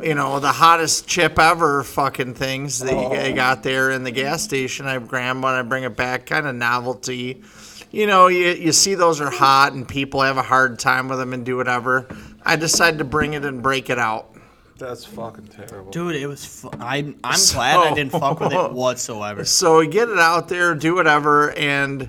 S1: you know, the hottest chip ever fucking things that you I got there in the gas station. I grab one, I bring it back, kind of novelty. You know, you, you see those are hot and people have a hard time with them and do whatever. I decide to bring it and break it out.
S5: That's fucking terrible.
S6: Dude, it was. Fu- I, I'm glad I didn't fuck with it whatsoever.
S1: So we get it out there, do whatever, and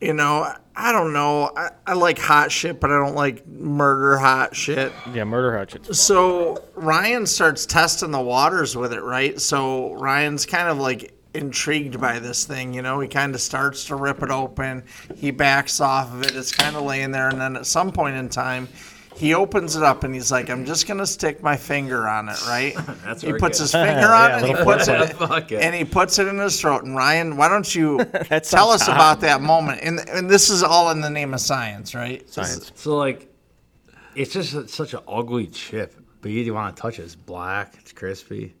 S1: you know, I don't know. I, I like hot shit, but I don't like murder hot shit.
S4: Yeah, murder Hutchins.
S1: So Ryan starts testing the waters with it, right? So Ryan's kind of like intrigued by this thing, you know. He kind of starts to rip it open. He backs off of it. It's kind of laying there, and then at some point in time. He opens it up and he's like, "I'm just gonna stick my finger on it, right?"
S7: That's
S1: he
S7: where it
S1: puts
S7: gets.
S1: his finger on
S4: Yeah,
S1: it. He
S4: little
S1: puts it,
S7: Fuck it.
S1: and he puts it in his throat. And Ryan, why don't you tell us about that moment? And, and this is all in the name of science, right?
S4: Science.
S7: So like, it's just a- such an ugly chip. But you do want to touch it. It's black. It's crispy.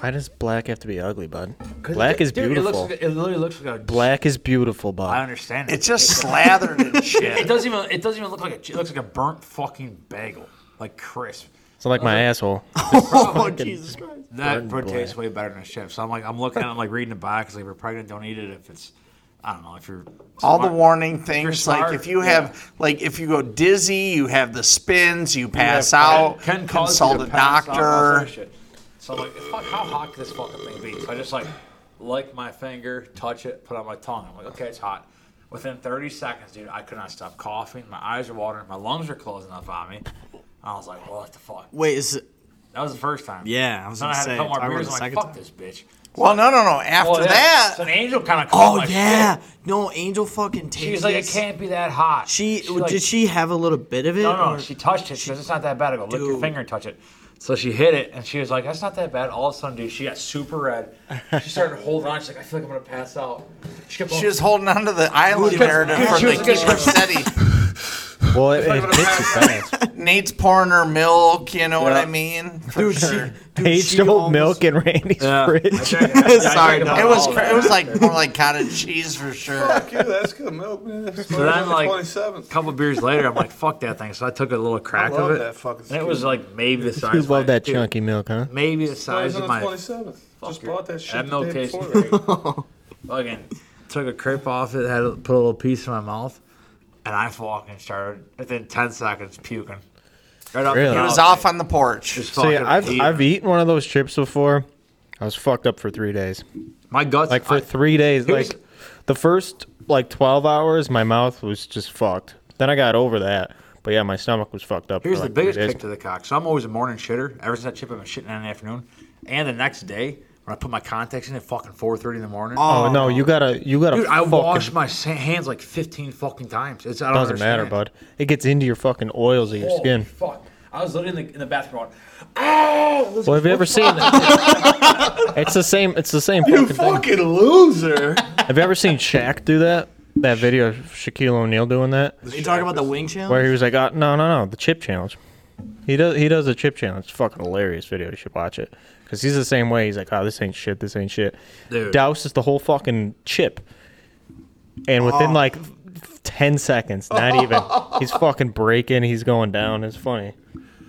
S4: Why does black have to be ugly, bud? Black is
S7: Dude, It,
S4: beautiful.
S7: looks like, it literally looks like a
S4: Black is beautiful,
S7: I
S4: bud.
S7: understand it.
S1: It's just slathered in
S7: It
S1: shit.
S7: doesn't even. It doesn't even look like a. ch- It looks like a burnt fucking bagel. Like crisp.
S4: It's like my asshole.
S6: Oh Jesus Christ!
S7: That
S4: Burnt
S7: would
S4: black.
S7: taste way better than a chip. So I'm like, I'm looking at, it, I'm like reading the back. It's like, we're pregnant. Don't eat it if it's. I don't know if you're.
S1: All the
S7: smart.
S1: warning things, like if
S7: smart,
S1: you
S7: yeah.
S1: have, like if you go dizzy, you have the spins, you pass
S7: Yeah,
S1: out,
S7: can- can cause you
S1: consult
S7: to
S1: a
S7: pass out, all sorts
S1: doctor.
S7: of Oh, shit. So I'm like, fuck, how hot could this fucking thing be? So I just like, lick my finger, touch it, put it on my tongue. I'm like, okay, it's hot. Within 30 seconds, dude, I could not stop coughing. My eyes are watering. My lungs are closing up on me. I was like, what the fuck?
S6: Wait, is it,
S7: That was the first time.
S6: yeah, I was
S7: Then I
S6: gonna
S7: had
S6: say.
S7: a couple
S6: I
S7: more
S6: remember
S7: beers.
S6: the
S7: I'm like,
S6: second
S7: fuck
S6: time.
S7: this bitch.
S1: Well, no, no, no. After
S7: Well, yeah,
S1: that,
S7: so an angel kind of.
S6: Oh yeah, no, Angel fucking tastes.
S7: She was like, it can't be that hot.
S6: She,
S7: like,
S6: did she have a little bit of it?
S7: No, no,
S6: or-
S7: she touched it. She goes, it's not that bad. I go, lick your
S6: Dude.
S7: finger and touch it. So she hit it, and she was like, that's not that bad. All of a sudden, dude, she got super red. She started to hold on. She's like, I feel like I'm going to pass out. She kept
S1: she was holding on to the island narrative
S7: Dude,
S1: from
S7: she
S1: the
S7: was
S1: keep
S7: gonna-
S1: Rosetti.
S4: Well, it, it hits you fast.
S1: Nate's pouring her milk. You know what I mean?
S6: dude, she, dude,
S4: Aged
S6: she
S4: old
S6: almost-
S4: milk in Randy's fridge.
S7: Sorry,
S1: It was cra- it was like more like cottage cheese for sure.
S5: Fuck you, that's good milk, man. It's
S7: So then, like, a
S5: 27th.
S7: couple beers later, I'm like, fuck that thing. So I took a little crack
S5: love
S7: of it.
S5: that fucking
S7: and it was
S5: scoop.
S7: like maybe the size
S4: You
S7: of my-
S4: love that
S7: dude,
S4: chunky milk, huh?
S7: Maybe the
S5: I
S7: size
S5: was on
S7: of
S5: the
S7: my
S5: 27th. Just
S7: Fucker.
S5: bought that shit.
S7: That milk
S5: the day
S7: tastes
S5: before, right?
S7: fucking took a crepe off it, had a- put a little piece in my mouth, and I fucking started within ten seconds puking. Right off
S4: Really?
S7: the
S1: It was
S7: couch.
S1: off on the porch.
S7: Just
S4: So
S7: fucking
S4: yeah, I've
S7: puke.
S4: I've eaten one of those chips before. I was fucked up for three days.
S7: my guts
S4: Like for
S7: I-
S4: three days,
S7: Here's-
S4: like the first like twelve hours, my mouth was just fucked. Then I got over that, but yeah, my stomach was fucked up. for,
S7: Here's
S4: like,
S7: the
S4: three
S7: biggest
S4: days.
S7: kick to the cock. So I'm always a morning shitter. Ever since that chip, I've been shitting in the afternoon, and the next day when I put my contacts in at fucking four thirty in the morning.
S4: Oh no, you gotta you gotta.
S7: Dude, I
S4: fucking-
S7: wash my sa- hands like 15 fucking times. It's, I don't
S4: Doesn't matter,
S7: understand.
S4: bud. It gets into your fucking oils of your
S7: Holy
S4: skin.
S7: Fuck. I was literally in the, in the bathroom going, oh!
S4: Well, have you ever seen it? It's the same. It's the same.
S5: You
S4: fucking thing.
S5: fucking loser.
S4: Have you ever seen Shaq do that? that video of Shaquille O'Neal doing that,
S6: You talking about the wing challenge?
S4: where he was like, uh "No, no, no, the chip challenge." He does he does a chip challenge. It's a fucking hilarious video. You should watch it because he's the same way. He's like, "Oh, this ain't shit. This ain't shit."
S7: Dude.
S4: Douses the whole fucking chip, and
S5: Oh.
S4: within like ten seconds, not even, he's fucking breaking. He's going down. It's funny.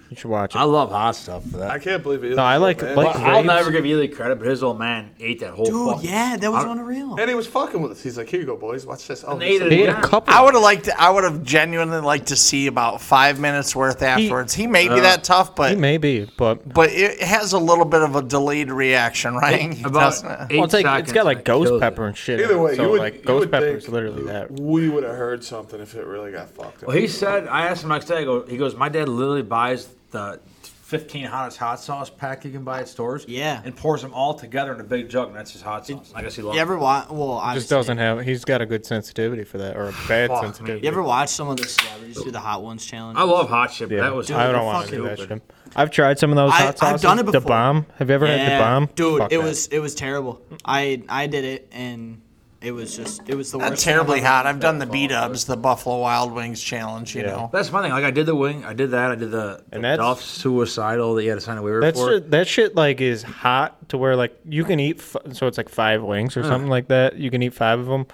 S4: You should watch it.
S7: I love hot stuff for that.
S5: I can't believe it.
S4: No, I like-
S5: man.
S4: like-
S7: But I'll
S4: Graves.
S7: never give Ely credit, but his old man ate that whole.
S6: Dude,
S7: fucking-
S6: yeah, that was
S7: I-
S6: unreal.
S5: and he was fucking with us. He's like, "Here you go, boys. Watch this." Oh,
S7: They ate
S5: this-
S7: it
S4: he had a
S7: down.
S4: couple.
S1: I would have liked. To, I would have genuinely liked to see about five minutes worth afterwards. He, may
S7: Uh,
S1: be that tough,
S4: He
S1: but
S4: may be, but
S1: but it has a little bit of a delayed reaction, right?
S7: About
S1: Doesn't it?
S7: eight
S4: Well, it's, like,
S7: seconds,
S4: it's got
S7: I
S4: like ghost
S7: killed it.
S4: pepper and shit. in
S5: Either
S4: it,
S5: way,
S4: so
S5: you would
S4: like
S5: you
S4: ghost
S5: would
S4: pepper
S5: think
S4: is literally that.
S5: We would have heard something if it really got fucked up.
S7: Well, he said, I asked him next day, I go, he goes, my dad literally buys the 15 hottest hot sauce pack you can buy at stores.
S6: Yeah.
S7: And pours them all together in a big jug, and that's his hot sauce. I guess he loves
S6: You ever watch? Well,
S4: Just
S6: obviously,
S4: doesn't have. He's got a good sensitivity for that, or a bad
S7: Fuck me.
S4: sensitivity.
S6: You ever watch some of the celebrities do the hot ones challenge?
S7: I love hot shit, but
S4: Yeah.
S7: that was.
S4: I
S6: they're
S4: don't want to do
S6: fucking
S4: that
S6: stupid.
S4: shit. I've tried some of those
S6: I-
S4: hot sauces.
S6: I've done it
S4: The
S6: before.
S4: bomb. Have you ever had the bomb?
S6: Dude,
S4: Fuck
S6: it
S4: that.
S6: was it was terrible. I I did it and it was just it was the worst.
S1: Not
S6: thing I've
S1: terribly
S6: ever-
S1: hot. I've done the B Dubs, the Buffalo Wild Wings challenge. You
S4: Yeah.
S1: know,
S7: That's my thing. Like I did the wing, I did that, I did the, the
S4: And that's-
S7: Duff suicidal that you had to sign a waiver
S4: That
S7: for.
S4: shit, that shit like is hot to where like you can eat f- so it's like five wings or something like that. You can eat five of them,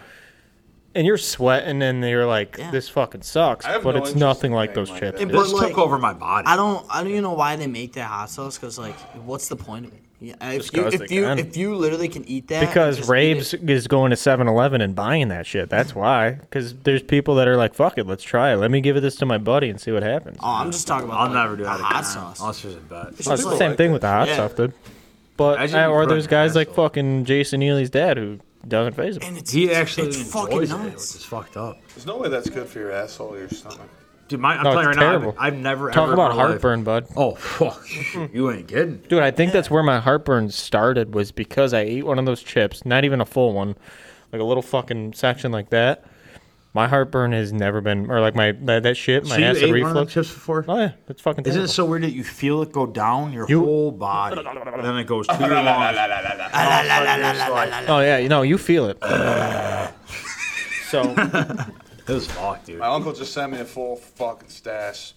S4: and you're sweating and you're like,
S6: Yeah.
S4: this fucking sucks.
S5: I have
S4: But
S5: no
S4: it's
S5: interest
S4: nothing
S5: in
S4: like
S5: anything
S4: those
S5: like
S4: chips.
S5: that.
S7: This
S6: But,
S7: took
S6: like,
S7: over my body.
S6: I don't I don't even know why they make that hot sauce because like what's the point of it? Yeah, if you
S4: Disgusting,
S6: if you
S4: man.
S6: if you literally can eat that
S4: Because
S6: just eat
S4: Rabes
S6: it.
S4: is going to 7 Eleven and buying that shit. That's why. Because there's people that are like, fuck it, let's try it. Let me give this to my buddy and see what happens.
S6: Oh, I'm just talking about.
S7: I'll
S6: like,
S7: never do
S6: the
S7: that again.
S6: hot sauce.
S7: Unless there's a bet.
S4: Well, it's the same thing with the hot
S6: Yeah.
S4: stuff, dude. But
S7: I just
S4: uh, or
S7: prefer
S4: there's guys like
S7: asshole.
S4: fucking Jason Neely's dad who doesn't phase him.
S6: And it's,
S7: He actually
S6: it's
S7: enjoys
S6: fucking
S7: it, which
S6: nuts.
S7: is fucked up.
S5: There's no way that's good for your asshole or your stomach.
S7: Dude, my, I'm
S4: No,
S7: telling you right
S4: it's
S7: now,
S4: terrible.
S7: I've, I've never ever
S4: Talk
S7: in
S4: about
S7: my life-
S4: heartburn, bud.
S7: Oh fuck, you ain't kidding.
S4: Dude, I think that's where my heartburn started was because I ate one of those chips, not even a full one, like a little fucking section like that. My heartburn has never been, or like my that, that shit, my
S7: so you
S4: acid
S7: ate
S4: reflux.
S7: one of them chips before?
S4: Oh yeah, that's fucking.
S7: Isn't
S4: terrible.
S7: it so weird that you feel it go down your
S4: You-
S7: whole body, and then it goes to your lungs?
S4: Oh yeah, you know you feel it. so
S7: It was fucked, dude.
S5: My uncle just sent me a full fucking stash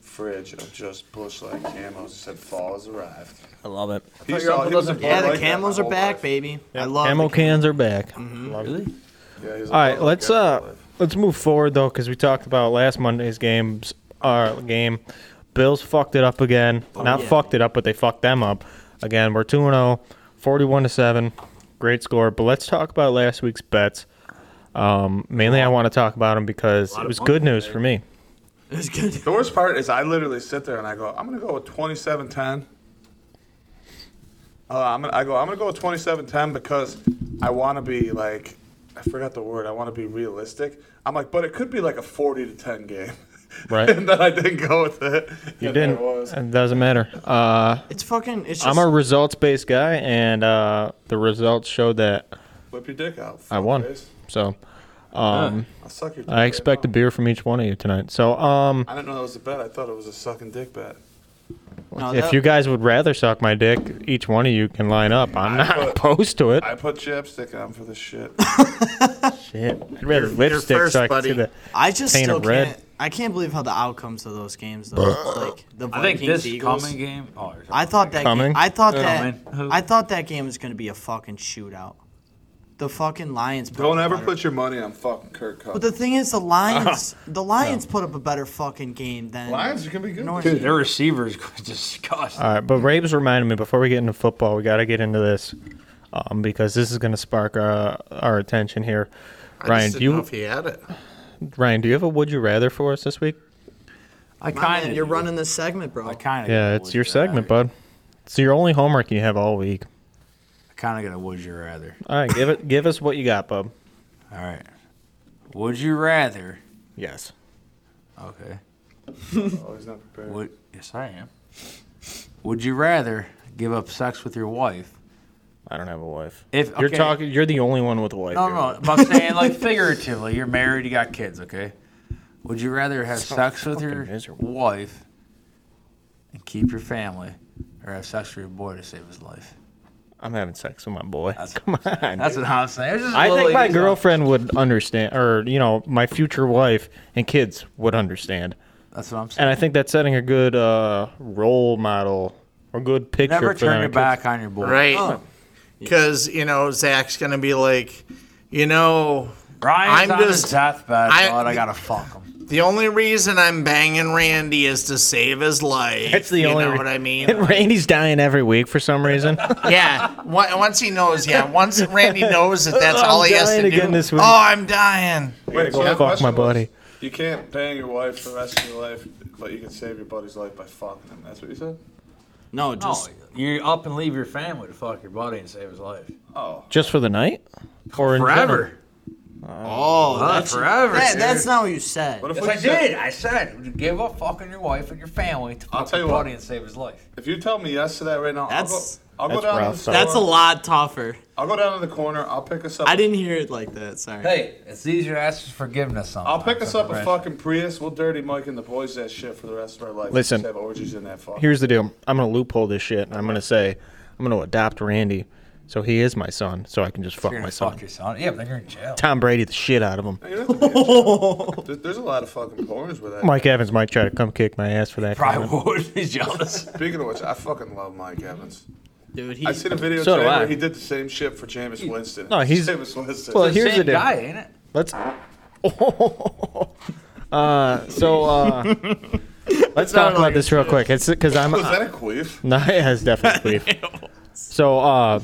S5: fridge of just bush light camos. He said fall has arrived.
S4: I love it.
S5: He
S7: your
S5: saw-
S7: uncle
S5: he was
S7: doesn't-
S5: a
S6: Yeah,
S5: Bud
S6: the
S5: Light guy
S6: camels
S5: my
S6: are
S5: whole
S6: back,
S5: life.
S6: baby. I love
S4: Ammo
S6: the cam-
S4: cans are back.
S7: Mm.
S4: Love it.
S5: Yeah, he's "Oh, a
S4: All right,
S5: Bud Light
S4: let's
S5: guy my whole
S4: uh
S5: life.
S4: let's move forward though because we talked about last Monday's games. Our game, Bills fucked it up again. Not
S6: yeah.
S4: fucked it up, but they fucked them up again. We're 2 0, 41 to seven. Great score. But let's talk about last week's bets. Um, mainly, I want to talk about them because it was good news for me.
S6: It's good.
S5: The worst part is I literally sit there and I go, I'm gonna go with 2710. Uh, I'm gonna, I go, I'm gonna go with 2710 because I want to be like, I forgot the word. I want to be realistic. I'm like, but it could be like a 40 to 10 game.
S4: Right.
S5: and then I didn't go with it.
S4: You
S5: And there
S4: didn't.
S5: it was.
S4: It doesn't matter. Uh,
S6: It's fucking. It's just.
S4: I'm a results based guy, and uh, the results showed that
S5: Whip your dick out.
S4: I won.
S5: fuckface.
S4: So
S5: I'll suck your dick
S4: I expect a
S5: right
S4: beer from each one of you tonight. So um,
S5: now. I didn't know that was a bet. I thought it was a sucking dick bet.
S6: no,
S4: If
S6: that-
S4: you guys would rather suck my dick, each one of you can line up. I'm not
S5: put-
S4: opposed to it.
S5: I put chapstick on for this shit.
S4: Shit. I'd rather lipstick
S1: first,
S4: so I can see
S1: buddy.
S4: the.
S6: I just
S4: Paint
S6: still
S4: of red.
S6: can't. I can't believe how the outcomes of those games though. like the
S7: I think
S6: Vikings
S7: this
S6: Eagles.
S7: coming game. Oh, you're
S6: I thought that.
S4: Coming?
S6: Game, I thought that.
S7: Coming.
S6: I thought that game was gonna be a fucking shootout. The fucking Lions. put
S5: Don't
S6: up a
S5: ever
S6: better-
S5: put your money on fucking Kirk
S6: But
S5: Cousins.
S6: the thing is, the Lions. the Lions put up a better fucking game than.
S5: Lions are gonna be good.
S6: North-
S5: this
S7: Dude, their receivers disgust.
S4: All right, but Rabes reminded me before we get into football, we got to get into this um, because this is going to spark uh, our attention here. Ryan, do you
S1: he had it.
S4: Ryan, do you have a would you rather for us this week?
S7: I
S6: My
S7: kind
S6: man,
S7: of.
S6: You're running this segment, bro.
S7: I kind of.
S4: Yeah, it's your segment, bud. It's your only homework you have all week.
S7: I kind of got a would you rather.
S4: All right, give it. give us what you got, bub.
S7: All right. Would you rather?
S4: Yes.
S7: Okay.
S5: Oh, he's not prepared.
S7: Would yes I am. Would you rather give up sex with your wife?
S4: I don't have a wife.
S7: If
S4: You're
S7: okay,
S4: talking. You're the only one with a wife.
S7: No,
S4: here.
S7: no, but I'm saying like figuratively, you're married, you got kids, okay? Would you rather have sex with your
S4: fucking miserable.
S7: wife and keep your family, or have sex with your boy to save his life?
S4: I'm having sex with my boy. Come on.
S9: That's what I'm saying. It was just a
S4: I
S9: little
S4: think my
S9: like-
S4: girlfriend would understand, or you know, my future wife and kids would understand,
S9: That's what I'm saying.
S4: and I think that's setting a good uh, role model or good picture.
S9: Never
S4: for
S9: turn
S4: them
S9: your
S4: kids.
S9: back on your boy.
S1: Right. Because, you know, Zach's going to be like, you know,
S9: Ryan's
S1: I'm
S9: on his
S1: just-
S9: deathbed.
S1: I-
S9: I, God, I gotta fuck him.
S1: the only reason I'm banging Randy is to save his life.
S4: That's the
S1: you
S4: only.
S1: know
S4: re-
S1: what I mean?
S4: And Randy's dying every week for some reason.
S1: yeah. on- Once he knows, yeah. Once Randy knows that that's all
S4: I'm
S1: he has
S4: dying
S1: to
S4: again
S1: do.
S4: this week.
S1: Oh, I'm dying.
S5: Wait,
S4: Go fuck my buddy.
S5: You can't bang your wife for the rest of your life, but you can save your buddy's life by fucking him. That's what you said?
S6: No,
S7: No,
S6: just
S7: you up and leave your family to fuck your buddy and save his life.
S5: Oh.
S4: Just for the night, or in general?
S7: Forever.
S1: Oh,
S7: Huh, forever.
S6: that,
S7: dude.
S6: that's not what you said.
S5: What if
S7: Yes,
S5: we
S7: I
S5: said-
S7: did. I said, "Would you give up fucking your wife and your family to fuck
S5: tell
S7: your
S5: you what.
S7: buddy and save his life.
S5: If you tell me yes to that right now,
S6: That's-
S5: I'll go, I'll
S4: that's
S5: go down
S4: rough.
S5: to the store.
S6: That's a lot tougher.
S5: I'll go down to the corner. I'll pick us up.
S6: I didn't hear it like that. Sorry.
S7: Hey, it's easier to ask for forgiveness sometimes.
S5: I'll pick us up a
S7: Right.
S5: fucking Prius. We'll dirty Mike and the boys that shit for the rest of our life.
S4: Listen.
S5: Just have orgies in that fuck.
S4: Here's the deal. I'm gonna loophole this shit, and I'm gonna say I'm gonna adopt Randy, so he is my son, so I can just fuck
S7: You're
S4: my
S7: gonna
S4: son.
S7: fuck your son. Yeah, but then you're in jail.
S4: Tom Brady the shit out of him.
S5: You don't have to be in jail. There- There's a lot of fucking porns with that.
S4: Mike Evans might try to come kick my ass for that.
S7: Probably
S4: comment.
S7: would. He's jealous.
S5: Speaking of which, I fucking love Mike Evans.
S6: Dude, he,
S5: I seen a video
S4: So do
S5: today
S4: I.
S5: where he did the same shit for Jameis Winston.
S4: No, he's-
S5: Jameis Winston.
S4: Well, here's
S7: Same
S4: the deal.
S7: guy, ain't it?
S4: Let's. uh, so uh, let's talk about this real quick. It's because I'm.
S5: was that a queef?
S4: No, it has definitely. so uh,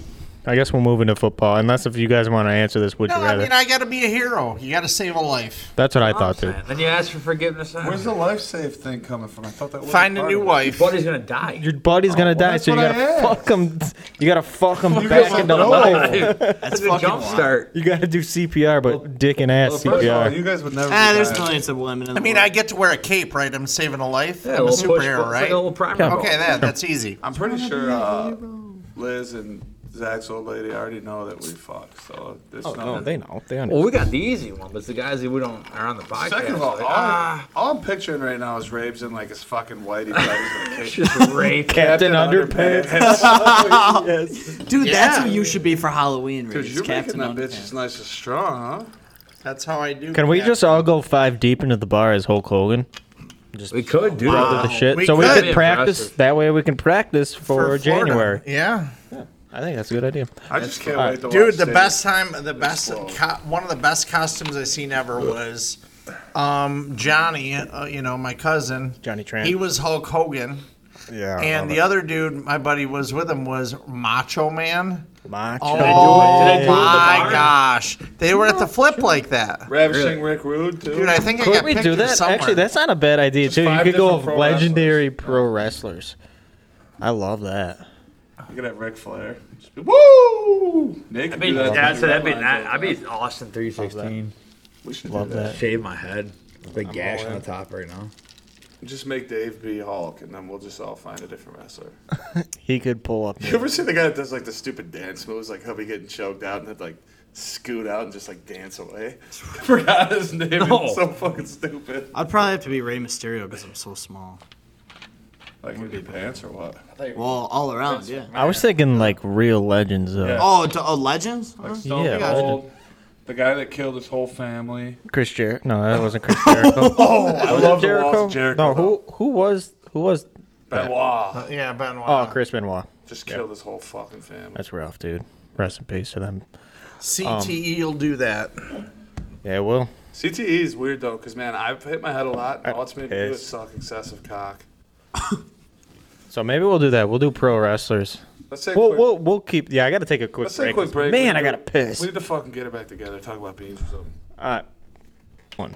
S4: I guess we'll move into football. Unless if you guys want to answer this, would
S1: No,
S4: you
S1: I
S4: rather?
S1: mean, I got to be a hero. You got to save a life.
S4: That's what I thought too.
S7: Then you ask for forgiveness. After.
S5: Where's the life save thing coming from? I thought that was
S1: Find a
S5: part
S1: new
S5: of it.
S7: Your
S1: wife.
S7: buddy's gonna die.
S4: Your buddy's gonna die,
S5: Oh, that's
S4: so you
S5: what I
S4: gotta
S5: asked.
S4: fuck him. You gotta fuck him
S5: You
S4: back
S5: guys
S4: into
S5: don't
S4: life.
S5: know.
S7: That's a jump start.
S4: You gotta do CPR, but dick and ass
S5: Well, first of all,
S4: CPR.
S5: you guys would never. be
S6: ah, there's
S5: bad.
S6: millions of women. In the
S1: I mean, I get to wear a cape, right? I'm saving a life.
S7: Yeah,
S1: I'm a
S7: little push-
S1: superhero,
S7: it's like
S1: right?
S7: a little primer
S4: Yeah.
S7: ball.
S1: Okay, that that's easy.
S5: I'm pretty sure uh, Liz and Zach's old lady already know that we fucked. So there's
S4: Oh, no,
S5: nothing.
S4: they know. They
S7: Well,
S4: understand.
S7: we got the easy one, but it's the guys that we don't are on the podcast.
S5: Second of all, all,
S7: like, ah,
S5: all I'm picturing right now is Rabes in like his fucking whitey tights and a
S7: just rape.
S4: Captain Underpants.
S5: underpants.
S6: dude, that's
S1: Yeah.
S6: what you should be for Halloween.
S5: Dude,
S6: Reeves,
S5: you're
S6: Captain
S5: making that bitch
S6: Underpants.
S5: as nice and strong, huh?
S1: That's how I do.
S4: Can we
S1: that.
S4: just all go five deep into the bar as Hulk Hogan?
S7: We could do
S4: The
S7: that.
S4: shit.
S1: we
S4: so we
S1: could.
S4: could practice.
S7: Impressive.
S4: That way we can practice for,
S1: For Florida.
S4: January.
S1: Yeah.
S7: Oh,
S4: I think that's a good idea.
S5: I just can't wait to watch
S1: Dude, the
S5: Dave.
S1: best time, the best,
S5: Explode.
S1: co- one of the best costumes I seen ever was um, Johnny, uh, you know, my cousin.
S4: Johnny Tran.
S1: He was Hulk Hogan.
S4: Yeah.
S1: And the other dude, my buddy was with him, was Macho Man.
S4: Macho.
S1: Oh
S7: Did I do it in the
S1: my
S7: bar?
S1: gosh. They were at the flip like that.
S5: Ravishing Rick Rude, too.
S1: Dude, I think I
S4: Could
S1: got
S4: we
S1: pictures
S4: do that?
S1: somewhere.
S4: Actually, that's not a bad idea too. You
S5: five
S4: could go with
S5: different pro
S4: legendary pro wrestlers. I love that.
S5: You could have Ric Flair. Just be, Woo! Nick,
S7: I mean,
S5: that
S7: yeah, so that'd be
S5: Redline
S7: that.
S5: does
S7: I'd
S5: that.
S7: be Austin three sixteen.
S5: We should
S4: Love
S5: do that.
S4: that.
S7: Shave my head. Big gash on the top right now.
S5: Just make Dave be Hulk, and then we'll just all find a different wrestler.
S4: He could pull up.
S5: You ever see the guy that does like the stupid dance moves, like he'll be getting choked out and then like scoot out and just like dance away? I forgot his name.
S7: No.
S5: It's so fucking stupid.
S6: I'd probably have to be Rey Mysterio because I'm so small.
S5: Like in your pants or what?
S6: Well, all around, yeah.
S4: I was thinking like real legends though.
S5: Yeah.
S6: Oh, to, oh legends? Huh?
S5: Stone
S4: Yeah,
S5: Cold, the guy that killed his whole family.
S4: Chris Jericho. No, that wasn't Chris Jericho.
S5: Oh, I love the walls of Jericho.
S4: No, who who was who was?
S5: Benoit
S1: yeah, Benoit.
S4: Oh, Chris Benoit.
S5: just killed his whole fucking family.
S4: That's rough, dude. Rest in peace to them.
S1: CTE E will do that.
S4: Yeah, well,
S5: CTE E is weird though, because man, I've hit my head a lot. And all it's made me do is
S4: Pissed.
S5: suck excessive cock.
S4: so maybe we'll do that. We'll do pro wrestlers.
S5: Let's take a
S4: We'll
S5: quick-
S4: we'll, we'll keep. Yeah, I gotta take a quick
S5: Let's
S4: break.
S5: take a quick break.
S4: Man, I
S5: We
S4: gotta
S5: need-
S4: piss.
S5: We need to fucking get it back together. Talk about beans or something.
S4: All right. One.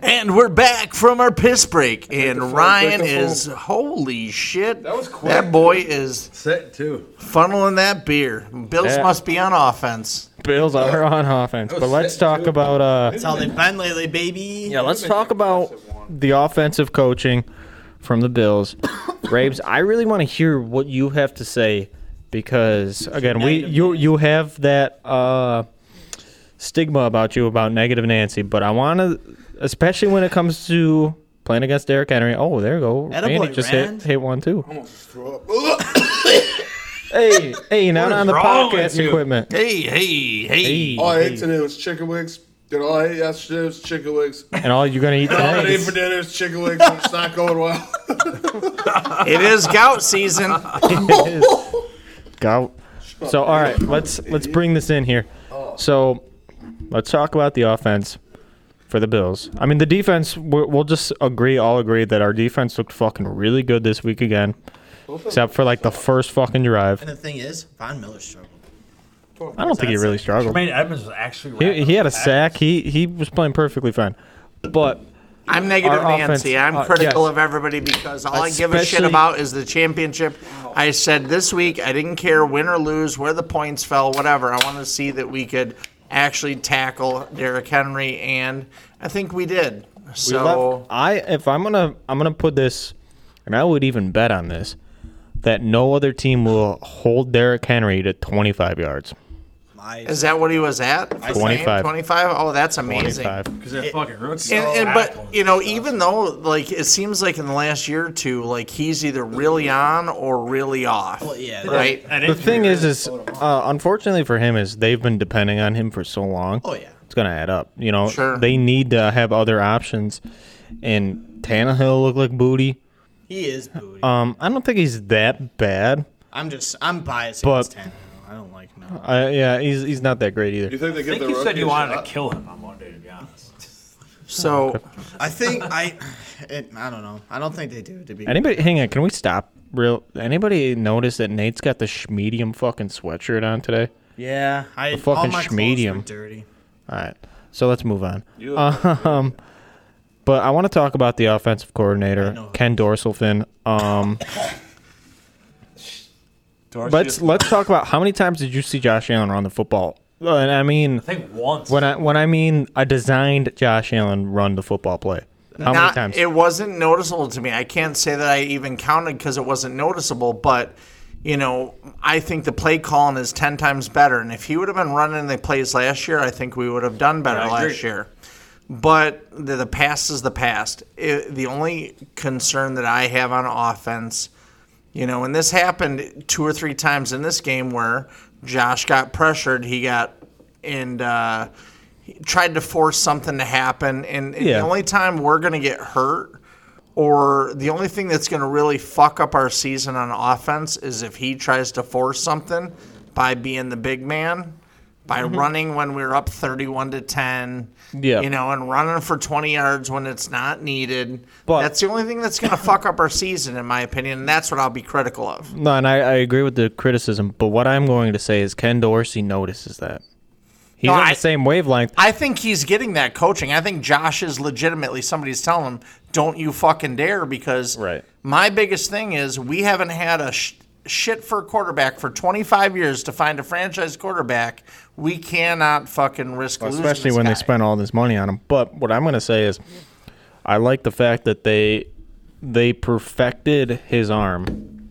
S1: And we're back from our piss break.
S5: the
S1: And
S5: phone,
S1: Ryan
S5: take the
S1: is, holy shit.
S5: That was
S1: That
S5: quick.
S1: boy is
S7: Set too.
S1: funneling that beer. Bills
S4: Yeah.
S1: must be on offense.
S4: Bills are on offense, but let's talk about uh.
S6: That's how they've been lately, baby.
S4: Yeah, let's talk about the offensive coaching from the Bills. Rabes, I really want to hear what you have to say because again, we you you have that uh, stigma about you about negative Nancy, but I want to, especially when it comes to playing against Derrick Henry. Oh, there you go.
S6: Attaboy,
S4: Randy just hit
S6: Rand.
S4: hit one too.
S5: Almost throw up.
S4: Hey, hey, not
S7: What is
S4: on the
S7: wrong with
S4: podcast
S7: you?
S4: equipment.
S1: Hey, hey, hey.
S4: Hey,
S5: All I ate
S4: hey.
S5: today was chicken wings. Did all I ate yesterday was chicken wings.
S4: And all you're gonna eat
S5: All I
S4: today
S5: ate
S4: is
S5: for dinner is chicken wings. and It's not going well.
S1: It is gout season.
S4: gout. So all right, let's let's bring this in here. So let's talk about the offense for the Bills. I mean, the defense. We're, we'll just agree, all agree that our defense looked fucking really good this week again, except for like the first fucking drive.
S8: And the thing is, Von Miller struggled.
S4: I don't think he really struggled.
S7: Jermaine Edmonds was actually.
S4: He,
S7: wrapping
S4: he had a
S7: up the
S4: sack. He he was playing perfectly fine, but
S1: I'm negative
S4: Our
S1: Nancy. I'm
S4: offense- uh,
S1: critical
S4: yes.
S1: of everybody because all I give a shit
S4: Especially-
S1: about is the championship. I said this week I didn't care win or lose, where the points fell, whatever. I want to see that we could actually tackle Derrick Henry, and I think we did.
S4: We
S1: So
S4: left- I if I'm gonna I'm gonna put this, and I would even bet on this, that no other team will hold Derrick Henry to 25 yards.
S8: My
S1: is that what he was at?
S4: 25.
S1: 25? Oh, that's amazing.
S4: 25.
S7: because that fucking rookie.
S1: and, and
S7: tackle.
S1: but you know even though like it seems like in the last year or two like he's either really on or really off
S8: yeah.
S1: right
S7: That
S4: The
S7: injury
S4: thing is,
S7: really
S4: is
S7: slowed him up.
S4: uh, unfortunately for him, is they've been depending on him for so long.
S8: Oh yeah.
S4: It's gonna add up. You know,
S1: Sure.
S4: they need to have other options. And Tannehill looked like booty.
S8: He is booty.
S4: Um, I don't think he's that bad.
S8: I'm just I'm biased
S4: but-
S8: against Tannehill. I don't like him.
S4: Uh, yeah, he's he's not that great
S5: You
S4: either.
S5: think they
S7: I think
S5: get the Uh,
S7: you said
S5: rookie
S7: you
S5: a
S7: wanted to
S5: shot?
S7: kill him on Monday. To be honest,
S1: so
S8: I think I it, I don't know. I don't think they do to be
S4: Anybody, hang on, can we stop? Real? Anybody notice that Nate's got the sh- medium fucking sweatshirt on today?
S8: Yeah, I
S4: fucking
S8: all my clothes were
S4: schmedium.
S8: dirty.
S4: All right. So let's move on.
S5: You-
S4: Um, but I want to talk about the offensive coordinator,
S8: know.
S4: Ken Dorselfin. Um,
S5: Dorsey
S4: let's
S5: is-
S4: let's talk about how many times did you see Josh Allen run the football? And I mean,
S7: I think once.
S4: when I when I mean a designed Josh Allen run the football play. How many
S1: not,
S4: times?
S1: it wasn't noticeable to me i can't say that i even counted because it wasn't noticeable but you know i think the play calling is 10 times better and if he would have been running the plays last year i think we would have done better
S7: Yeah, I agree.
S1: last year but the, the past is the past It- the only concern that i have on offense You know, and this happened two or three times in this game where Josh got pressured. He got and uh, he tried to force something to happen. And, and
S4: Yeah.
S1: the only time we're going to get hurt or the only thing that's going to really fuck up our season on offense is if he tries to force something by being the big man, by running when we're up 31 to 10.
S4: Mm-hmm. Yeah.
S1: You know, and running for 20 yards when it's not needed.
S4: But-
S1: that's the only thing that's going to fuck up our season, in my opinion, and that's what I'll be critical of.
S4: No, and I, I agree with the criticism, but what I'm going to say is Ken Dorsey notices that. He's
S1: No,
S4: on
S1: I-
S4: the same wavelength.
S1: I think he's getting that coaching. I think Josh is legitimately somebody's telling him, "Don't you fucking dare," because
S4: Right.
S1: my biggest thing is we haven't had a sh- shit for quarterback for 25 years to find a franchise quarterback. We cannot fucking risk losing
S4: especially
S1: this
S4: when they
S1: guy.
S4: spent all this money on him. But what I'm going to say is, I like the fact that they they perfected his arm.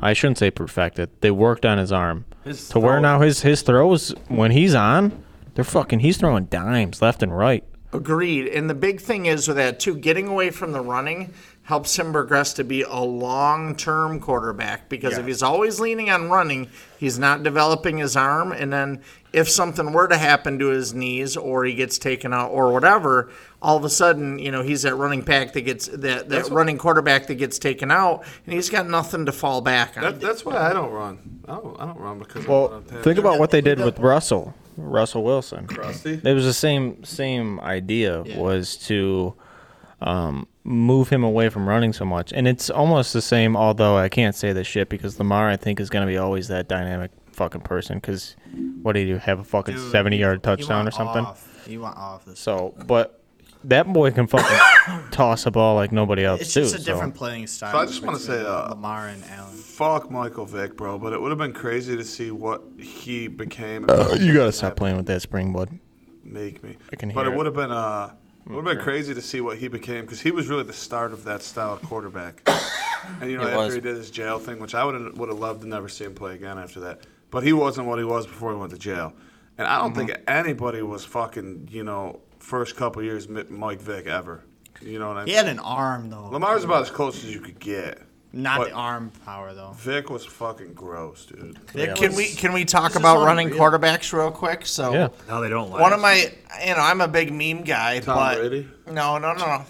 S4: I shouldn't say perfected. They worked on his arm
S7: His
S4: to where
S7: throw.
S4: now his his throws when he's on, they're fucking. He's throwing dimes left and right.
S1: Agreed. And the big thing is with that too, getting away from the running helps him progress to be a long-term quarterback because if he's always leaning on running, he's not developing his arm and then if something were to happen to his knees or he gets taken out or whatever, all of a sudden, you know, he's that running back that gets that, that running quarterback that gets taken out and he's got nothing to fall back on.
S5: That, that's why I don't run. I don't. I don't run because.
S4: Well,
S5: I'm not
S4: think about what they did with Russell, Russell Wilson.
S5: Rusty.
S4: It was the same same idea was to um, move him away from running so much, and it's almost the same. Although I can't say this shit because Lamar, I think, is going to be always that dynamic fucking person. Because what do you have a fucking
S8: Dude,
S4: seventy
S8: you-
S4: yard
S8: you
S4: touchdown
S8: want
S4: or something?
S8: off. You want off this.
S4: So, but that boy can fucking toss a ball like nobody else
S8: It's
S4: too.
S8: just a
S4: so-
S8: different playing style.
S5: So I just wanna say, uh,
S8: Lamar and Allen.
S5: Fuck Michael Vick, bro. But it would have been crazy to see what he became.
S4: You gotta stop playing with that springboard.
S5: make me.
S4: I can
S5: but
S4: hear
S5: it
S4: it.
S5: would have been uh, would have been crazy to see what he became because he was really the start of that style of quarterback. and you know,
S2: He
S5: after
S2: was.
S5: he did his jail thing, which I would would have loved to never see him play again after that. But he wasn't what he was before he went to jail. And I don't think anybody was fucking you know first couple years Mi- Mike Vick ever. You know what I mean?
S8: He had an arm though.
S5: Lamar's about as close as you could get.
S8: Not
S5: What?
S8: the arm power though.
S5: Vic was fucking gross, dude.
S8: Vic
S1: Can
S8: was-
S1: we can we talk
S8: This is
S1: about running
S8: unreal.
S1: quarterbacks real quick? So
S4: Yeah.
S9: No, they don't like
S1: one of my you know I'm a big meme guy,
S5: Tom
S1: but
S5: Brady?
S1: no no no no.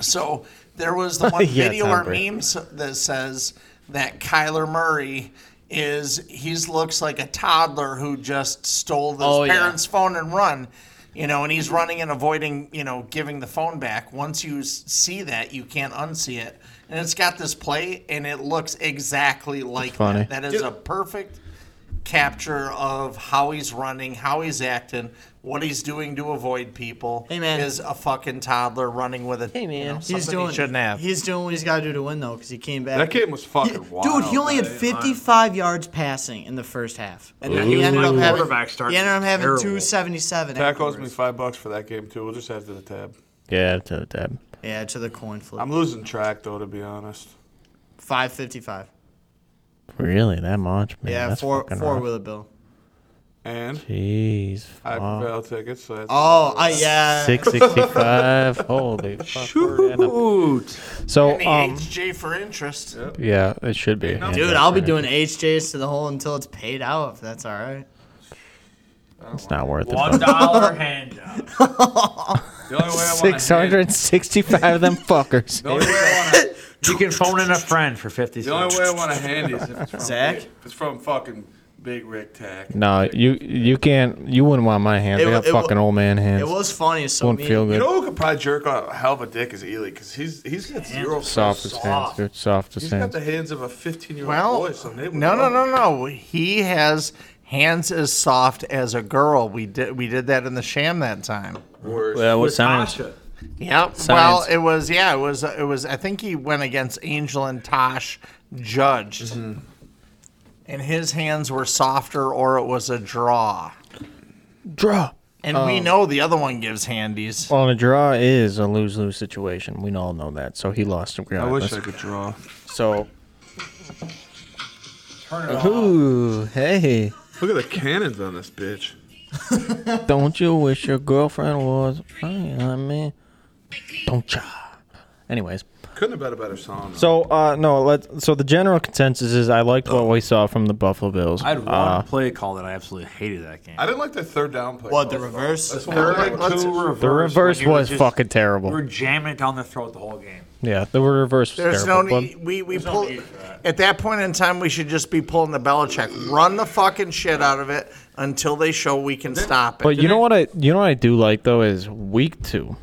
S1: So there was the one
S4: Yeah,
S1: video
S4: Tom
S1: or
S4: Brady.
S1: meme s- that says that Kyler Murray is he's looks like a toddler who just stole his
S8: Oh, yeah.
S1: parents' phone and run. You know, and he's running and avoiding, you know, giving the phone back. Once you s- see that, you can't unsee it. And it's got this play, and it looks exactly like
S4: funny.
S1: that. That is a perfect capture of how he's running, how he's acting, what he's doing to avoid people.
S8: Hey, man.
S1: is a fucking toddler running with a hey man,
S8: He's doing.
S1: he shouldn't have.
S8: He's doing what he's got to do to win though, because he came back.
S5: That game was fucking
S8: Yeah,
S5: wild.
S8: Dude, he only had
S5: man.
S8: 55 yards passing in the first half, and then he
S9: Ooh.
S8: ended
S9: My
S8: up having
S9: quarterback starts
S8: he ended up having
S9: terrible.
S8: 277.
S5: Pat owes me
S8: afterwards.
S5: five bucks for that game too. We'll just add to the tab.
S4: Yeah, it's a dab.
S8: Yeah, to the coin flip.
S5: I'm losing track though, to be honest.
S8: 555.
S4: Really, that much, man?
S8: Yeah,
S4: that's
S8: four
S4: fucking
S8: four
S4: rough.
S8: wheel bill.
S5: And
S4: Jeez,
S5: I have
S4: fuck.
S5: bail tickets. So that's
S8: Oh, uh, yeah.
S4: six sixty-five. Holy fuck. we're in a-
S9: Shoot.
S4: So,
S1: Any
S4: um,
S1: HJ for interest.
S4: yeah, it should be.
S8: Dude, I'll be doing HJs to the hole until it's paid out. If that's all right.
S4: It's not worth it.
S7: One dollar hand job.
S5: the only way I wanna
S4: Six hundred and sixty-five of them fuckers.
S5: The only, way I wanna,
S9: You can phone in a friend for 50
S5: the only
S9: cents.
S5: way I want to hand is if it's from
S8: Zach?
S5: Big, if it's from fucking Big Rick Tack.
S4: No, you you can't. You wouldn't want my hands.
S8: It
S4: I
S8: wa-
S4: got
S8: it wa-
S4: fucking old man hands.
S8: It was funny. So
S4: Wouldn't
S8: me,
S4: feel
S5: You
S4: good.
S5: know who could probably jerk on a hell of a dick is Ely because he's he's got zero
S4: Soft as hands,
S5: soft.
S4: dude. Soft as
S5: He's got
S4: hands.
S5: the hands of a 15 year old boy. So they would
S1: no, no,
S5: love
S1: no,
S5: him.
S1: no. He has hands as soft as a girl. We did we did that in the sham that time.
S5: Worse.
S4: That
S7: With
S4: was science.
S7: Tasha.
S1: Yep.
S4: Science.
S1: Well, it was yeah, it was it was. I think he went against Angel and Tosh judged,
S5: Mm-hmm.
S1: and his hands were softer, or it was a draw.
S4: Draw.
S1: And we know the other one gives handies.
S4: Well, a draw is a lose-lose situation. We all know that. So he lost
S5: I
S4: regardless.
S5: wish I could draw.
S4: So.
S7: Turn it off.
S4: Ooh, hey!
S5: Look at the cannons on this bitch.
S4: Don't you wish your girlfriend was? I mean, don't ya? Anyways.
S5: Couldn't have been a better song. though.
S4: So uh no, let so the general consensus is I liked what we saw from the Buffalo Bills.
S9: I had one
S4: Uh,
S9: play call that I absolutely hated that game.
S5: I didn't like the third down play.
S8: What the
S5: call.
S8: reverse?
S5: That's one of the
S1: let's-
S5: two reverse.
S4: the reverse
S7: when you were
S4: was
S7: just-
S4: fucking
S7: We
S4: terrible.
S7: were jamming it down their throat the whole game.
S4: Yeah, the reverse was
S1: There's no
S4: terrible.
S1: need. We we
S7: no
S1: pull
S7: need for that.
S1: at that point in time. We should just be pulling the Belichick. Run the fucking shit out of it until they show we can stop it.
S4: but, but you know what I you know what I do like though is week two,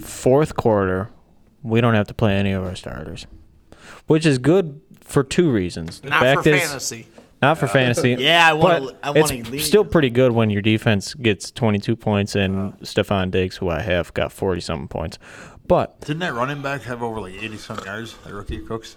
S4: fourth quarter, we don't have to play any of our starters, which is good for two reasons. The
S1: Not
S4: fact
S1: for
S4: is-
S1: fantasy.
S4: Not for fantasy.
S8: Yeah, I wanna-
S4: but
S8: I wanna
S4: It's
S8: leave.
S4: still pretty good when your defense gets 22 points and Stefan Diggs, who I have, got 40 something points. But
S7: Didn't that running back have over like 80 something yards? That rookie Cooks?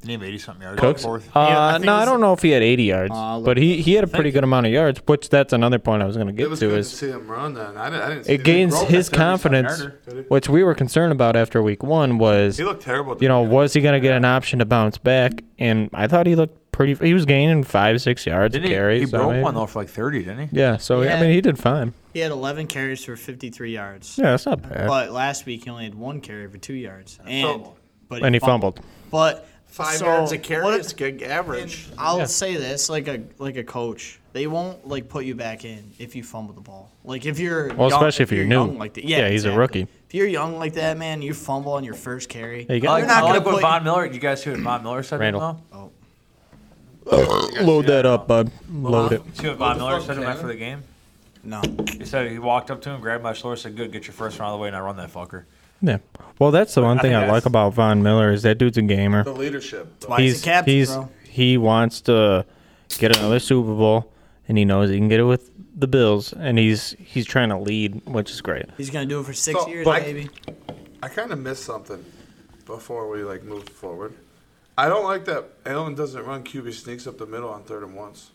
S7: Didn't he have 80 something yards?
S4: Cooks,
S7: Fourth?
S8: I
S4: uh,
S8: think
S4: no, I
S8: it's-
S4: don't know if he had 80 yards,
S8: I'll look
S4: but he, he had a pretty good amount of yards. Which that's another point I was going to
S5: It
S4: get
S5: was
S4: to
S5: good
S4: is
S5: to see him run. Then I didn't. I didn't see
S4: it
S5: that
S4: gains
S5: growth.
S4: his
S5: That 30 something
S4: confidence,
S5: yarder. Did it?
S4: which we were concerned about after week one was
S5: He looked terrible. at the
S4: you know
S5: end.
S4: was he going to get an option to bounce back? And I thought he looked pretty. He was gaining five six yards a
S7: Didn't he?
S4: carry.
S7: he
S4: so
S7: broke
S4: maybe-
S7: one though for like 30, didn't he?
S4: Yeah, so I
S8: Yeah.
S4: mean he did fine.
S8: He had 11 carries for 53 yards.
S4: Yeah, that's not bad.
S8: But last week he only had one carry for two yards, and
S5: fumble.
S8: but
S4: and he fumbled.
S8: But
S1: Five
S8: so,
S1: yards a carry
S8: what-
S1: is good average.
S8: I'll say this, like a like a coach, they won't like put you back in if you fumble the ball. Like if you're
S4: Well,
S8: young-
S4: especially if you're new.
S8: young like that.
S4: Yeah, he's a
S8: exactly.
S4: rookie.
S8: If you're young like that, man, you fumble on your first carry.
S4: Hey, you
S8: you're
S4: got-
S8: not
S4: I
S8: gonna
S7: like
S8: put
S7: what Von Miller. You guys hear what Von Miller said? to him,
S4: Randall.
S7: though?
S4: Load that up, bud. Load it.
S7: See what Von Miller said to him after the game?
S8: no.
S7: He said he walked up to him, grabbed my shoulder, said, "Good, get your first round out of the way, and I run that fucker."
S4: Yeah. Well, that's the one
S7: I
S4: thing
S7: think
S4: I like
S7: that's-
S4: about Von Miller is that dude's a gamer.
S5: the leadership. though.
S8: Why he's, a captain,
S4: he's
S8: bro.
S4: he wants to get another Super Bowl, and he knows he can get it with the Bills, and he's he's trying to lead, which is great.
S8: He's gonna do it for six
S5: So,
S8: years,
S5: but-
S8: maybe.
S5: I kind of missed something before we like moved forward. I don't like that Allen doesn't run QB sneaks up the middle on third and once.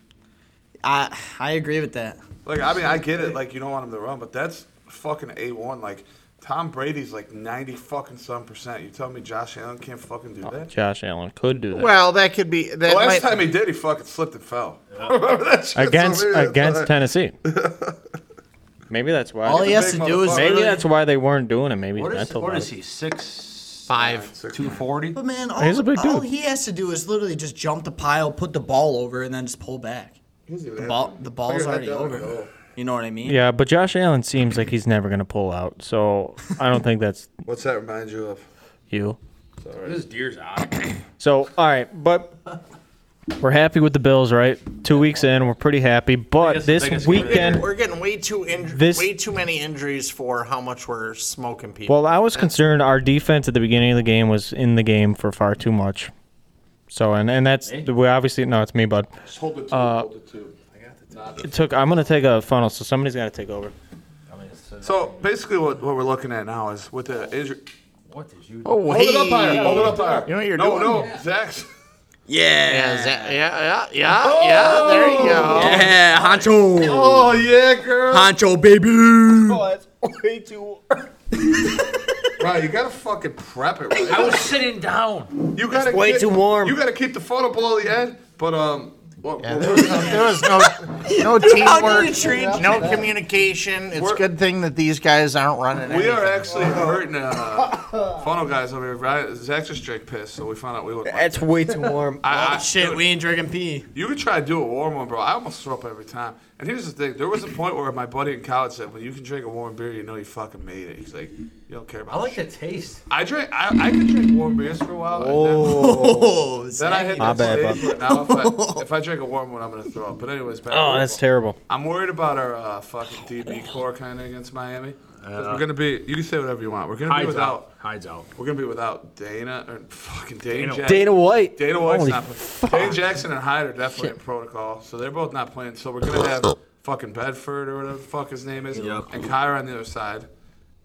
S8: I I agree with that.
S5: Like I mean, I get it. Like you don't want him to run, but that's fucking a one. Like Tom Brady's like ninety fucking some percent. You tell me Josh Allen can't fucking do that?
S4: Josh Allen could do that
S1: Well, that could be. That
S5: The last
S1: might,
S5: time he did, he fucking slipped and fell. Remember that shit? So
S4: against
S5: maybe that's
S4: against
S5: why-
S4: Tennessee. Maybe that's why.
S8: All he
S5: a
S8: has to
S5: big
S8: do is
S5: motherfucker.
S4: maybe
S8: literally-
S4: that's why they weren't doing it. Maybe
S7: What is,
S4: mental.
S7: what is
S4: body.
S7: he? Six
S10: Five.
S5: Two four.
S9: 40?
S8: But man, all,
S4: He's a big
S8: all
S4: dude.
S8: he has to do is literally just jump the pile, put the ball over, and then just pull back. The ball, the ball's already over. You know what I mean?
S4: Yeah, but Josh Allen seems like he's never gonna pull out, so I don't think that's
S5: What's that remind you of?
S4: you.
S7: This deer's eye.
S4: So all right, but we're happy with the Bills, right? Two weeks in, we're pretty happy. But
S9: Biggest-
S4: this
S9: biggest game.
S4: weekend,
S1: We're getting way too inj-
S4: This-
S1: way too many injuries for how much we're smoking people.
S4: well, I was concerned our defense at the beginning of the game was in the game for far too much. So and and that's we obviously no, it's me, bud.
S5: Just hold the two.
S8: Uh,
S5: hold the two.
S4: It took. I'm gonna take a funnel, so somebody's gotta take over.
S5: So basically, what, what we're looking at now is with the injury.
S7: What did you do?
S1: oh,
S5: Hold it up higher. Hold it up higher.
S1: You know what you're
S5: no,
S1: doing?
S5: No, no, Zach's.
S8: Yeah.
S10: Yeah, is that- yeah, yeah, yeah,
S1: Oh!
S10: yeah. There you go.
S8: Yeah, Hancho.
S5: Oh yeah, girl.
S8: Hancho, baby.
S9: that's way too.
S5: Right, you gotta fucking prep it. Right?
S7: I was sitting down.
S5: You gotta
S4: way
S5: get-
S4: too warm.
S5: You gotta keep the photo below the end, but um. What, what-
S10: There was no, no
S8: How do you
S10: teamwork,
S8: treat
S1: no communication. It's
S5: We're-
S1: a good thing that these guys aren't running.
S5: we
S1: anything.
S5: are actually hurting uh, funnel guys over here. Right? Zach just drank piss, so we found out we look. Like
S4: It's way too warm.
S5: I, I,
S8: Shit, we ain't drinking pee.
S5: You could try to do a warm one, bro. I almost throw up every time. And here's the thing: there was a point where my buddy in college said, "When you can drink a warm beer, you know you fucking made it." He's like, "You don't care about."
S7: I like
S5: shit."
S7: the taste.
S5: I drink. I, I could drink warm beers for a while. and then,
S8: Oh,
S5: then I hit
S4: My
S5: that
S4: bad,
S5: stage. But now if I, if I drink a warm one, I'm gonna throw up. But anyways, back
S4: Oh,
S5: to
S4: that's
S5: football.
S4: terrible.
S5: I'm worried about our uh, fucking DB core kind of against Miami. 'Cause we're gonna be. You can say whatever you want. We're gonna be
S7: Hides
S5: without.
S7: out. Hides out.
S5: We're gonna be without Dana or fucking Dana.
S7: Dana-
S5: Jackson.
S4: Dana White.
S5: Dana White's
S4: Holy
S5: not playing. Dane Jackson and Hyde are definitely in protocol, so they're both not playing. So we're gonna have
S8: Oh.
S5: fucking Bedford or whatever the fuck his name is, and Kyra on the other side,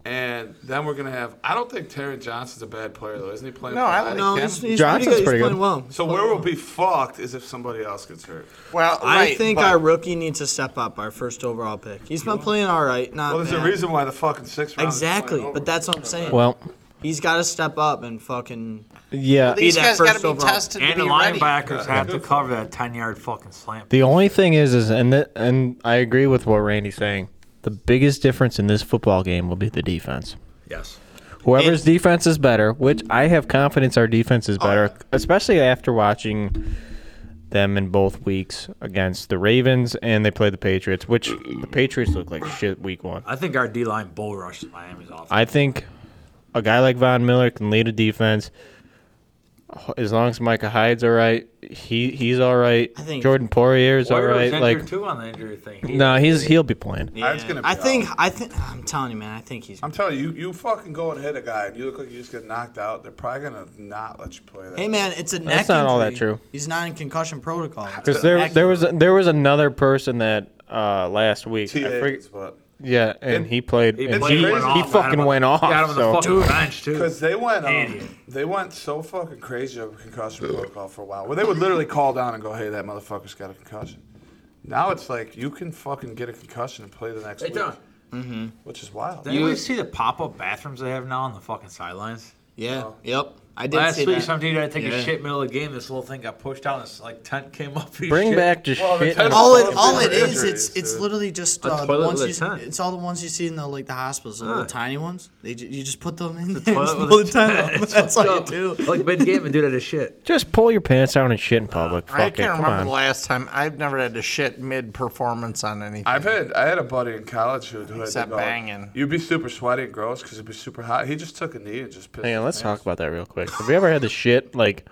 S5: and then we're gonna have. I don't think Terry Johnson's a bad player though, isn't he playing?
S1: No, I like
S5: him.
S1: him.
S4: Johnson's pretty good.
S8: well.
S5: So where we'll be fucked is if somebody else gets hurt.
S1: Well,
S8: I
S1: right,
S8: think
S1: but-
S8: our rookie needs to step up. Our first overall pick. He's been playing all right. Not
S5: Well, there's a
S8: bad.
S5: reason why the fucking six. round is flying
S8: Exactly,
S5: over.
S8: but that's what I'm saying.
S4: Well,
S8: He's got to step up and fucking.
S4: yeah.
S1: these
S8: that
S1: guys
S8: first
S1: got to be
S8: overall.
S1: tested to
S7: And
S1: be
S7: the
S1: ready.
S7: linebackers have to cover that 10 yard fucking slant.
S4: The only thing is, is and th- and I agree with what Randy's saying. The biggest difference in this football game will be the defense.
S7: Yes.
S4: Whoever's defense is better, which I have confidence our defense
S8: Oh,
S4: is better, especially after watching them in both weeks against the Ravens and they play the Patriots, which the Patriots look like shit week one.
S7: I think our D line bull rushes Miami's offense.
S4: I think a guy like Von Miller can lead a defense. As long as Micah Hyde's all right, he he's all right.
S8: I think-
S4: Jordan Poirier's all
S7: Warrior was
S4: right.
S7: injured
S4: Like
S7: too on the injury thing. He-
S4: no, he's he'll be playing.
S5: Hyde's gonna be
S8: I think. I think. I'm telling you, man. I think he's.
S5: I'm telling you, you fucking go and hit a guy, and you look like you just get knocked out. They're probably gonna not let you play that.
S8: Hey, man, it's a neck.
S4: not all
S8: injury.
S4: that true.
S8: He's not in concussion protocol.
S4: Because there there was there was another person that uh, last week.
S5: T.
S4: I
S5: Higgins,
S4: forg-
S5: but
S4: yeah, and he played. and
S5: played,
S4: he,
S5: went
S4: he
S5: off,
S4: fucking went off.
S7: Got him on
S4: so
S7: the fucking bench too.
S5: Because they went,
S7: Idiot.
S5: um, they went so fucking crazy over concussion protocol for a while, where they would literally call down and go, "Hey, that motherfucker's got a concussion." Now it's like you can fucking get a concussion and play the next
S7: They
S5: week,
S7: don't.
S5: which is wild.
S7: Did you see the pop-up bathrooms they have now on the fucking sidelines?
S8: Yeah. Yep. I did
S7: Last
S8: see
S7: week,
S8: that.
S7: some dude had to take
S8: Yeah.
S7: a shit middle of the game. This little thing got pushed out. and This like tent came up. he
S4: Bring
S7: shit.
S4: back just
S5: Well, the
S4: shit.
S5: tennis-
S8: all it
S5: Those
S8: all it
S5: different
S8: is
S5: injuries,
S8: it's it's
S5: dude.
S8: literally just
S7: A
S8: uh, the
S7: toilet
S8: ones
S7: with a
S8: you,
S7: tent.
S8: it's all the ones you see in the like the hospitals, the
S7: Huh.
S8: little tiny ones. They ju- you just put them in there
S7: toilet
S8: and
S7: with
S8: pull
S7: a
S8: the tent
S7: tent.
S8: up. That's all you
S7: Fucked
S8: do.
S7: up. like mid game, a dude had a shit.
S4: Just pull your pants down and shit in public. Fuck
S1: I
S4: it.
S1: can't
S4: Come
S1: remember
S4: on.
S1: the last time I've never had to shit mid performance on anything.
S5: I've had I had a buddy in college who, who had to
S1: Except
S5: go.
S1: banging.
S5: You'd be super sweaty and gross because it'd be super hot. He just took a knee and just pissed.
S4: Hang on, let's
S5: his
S4: talk
S5: pants.
S4: about that real quick. Have you ever had the shit like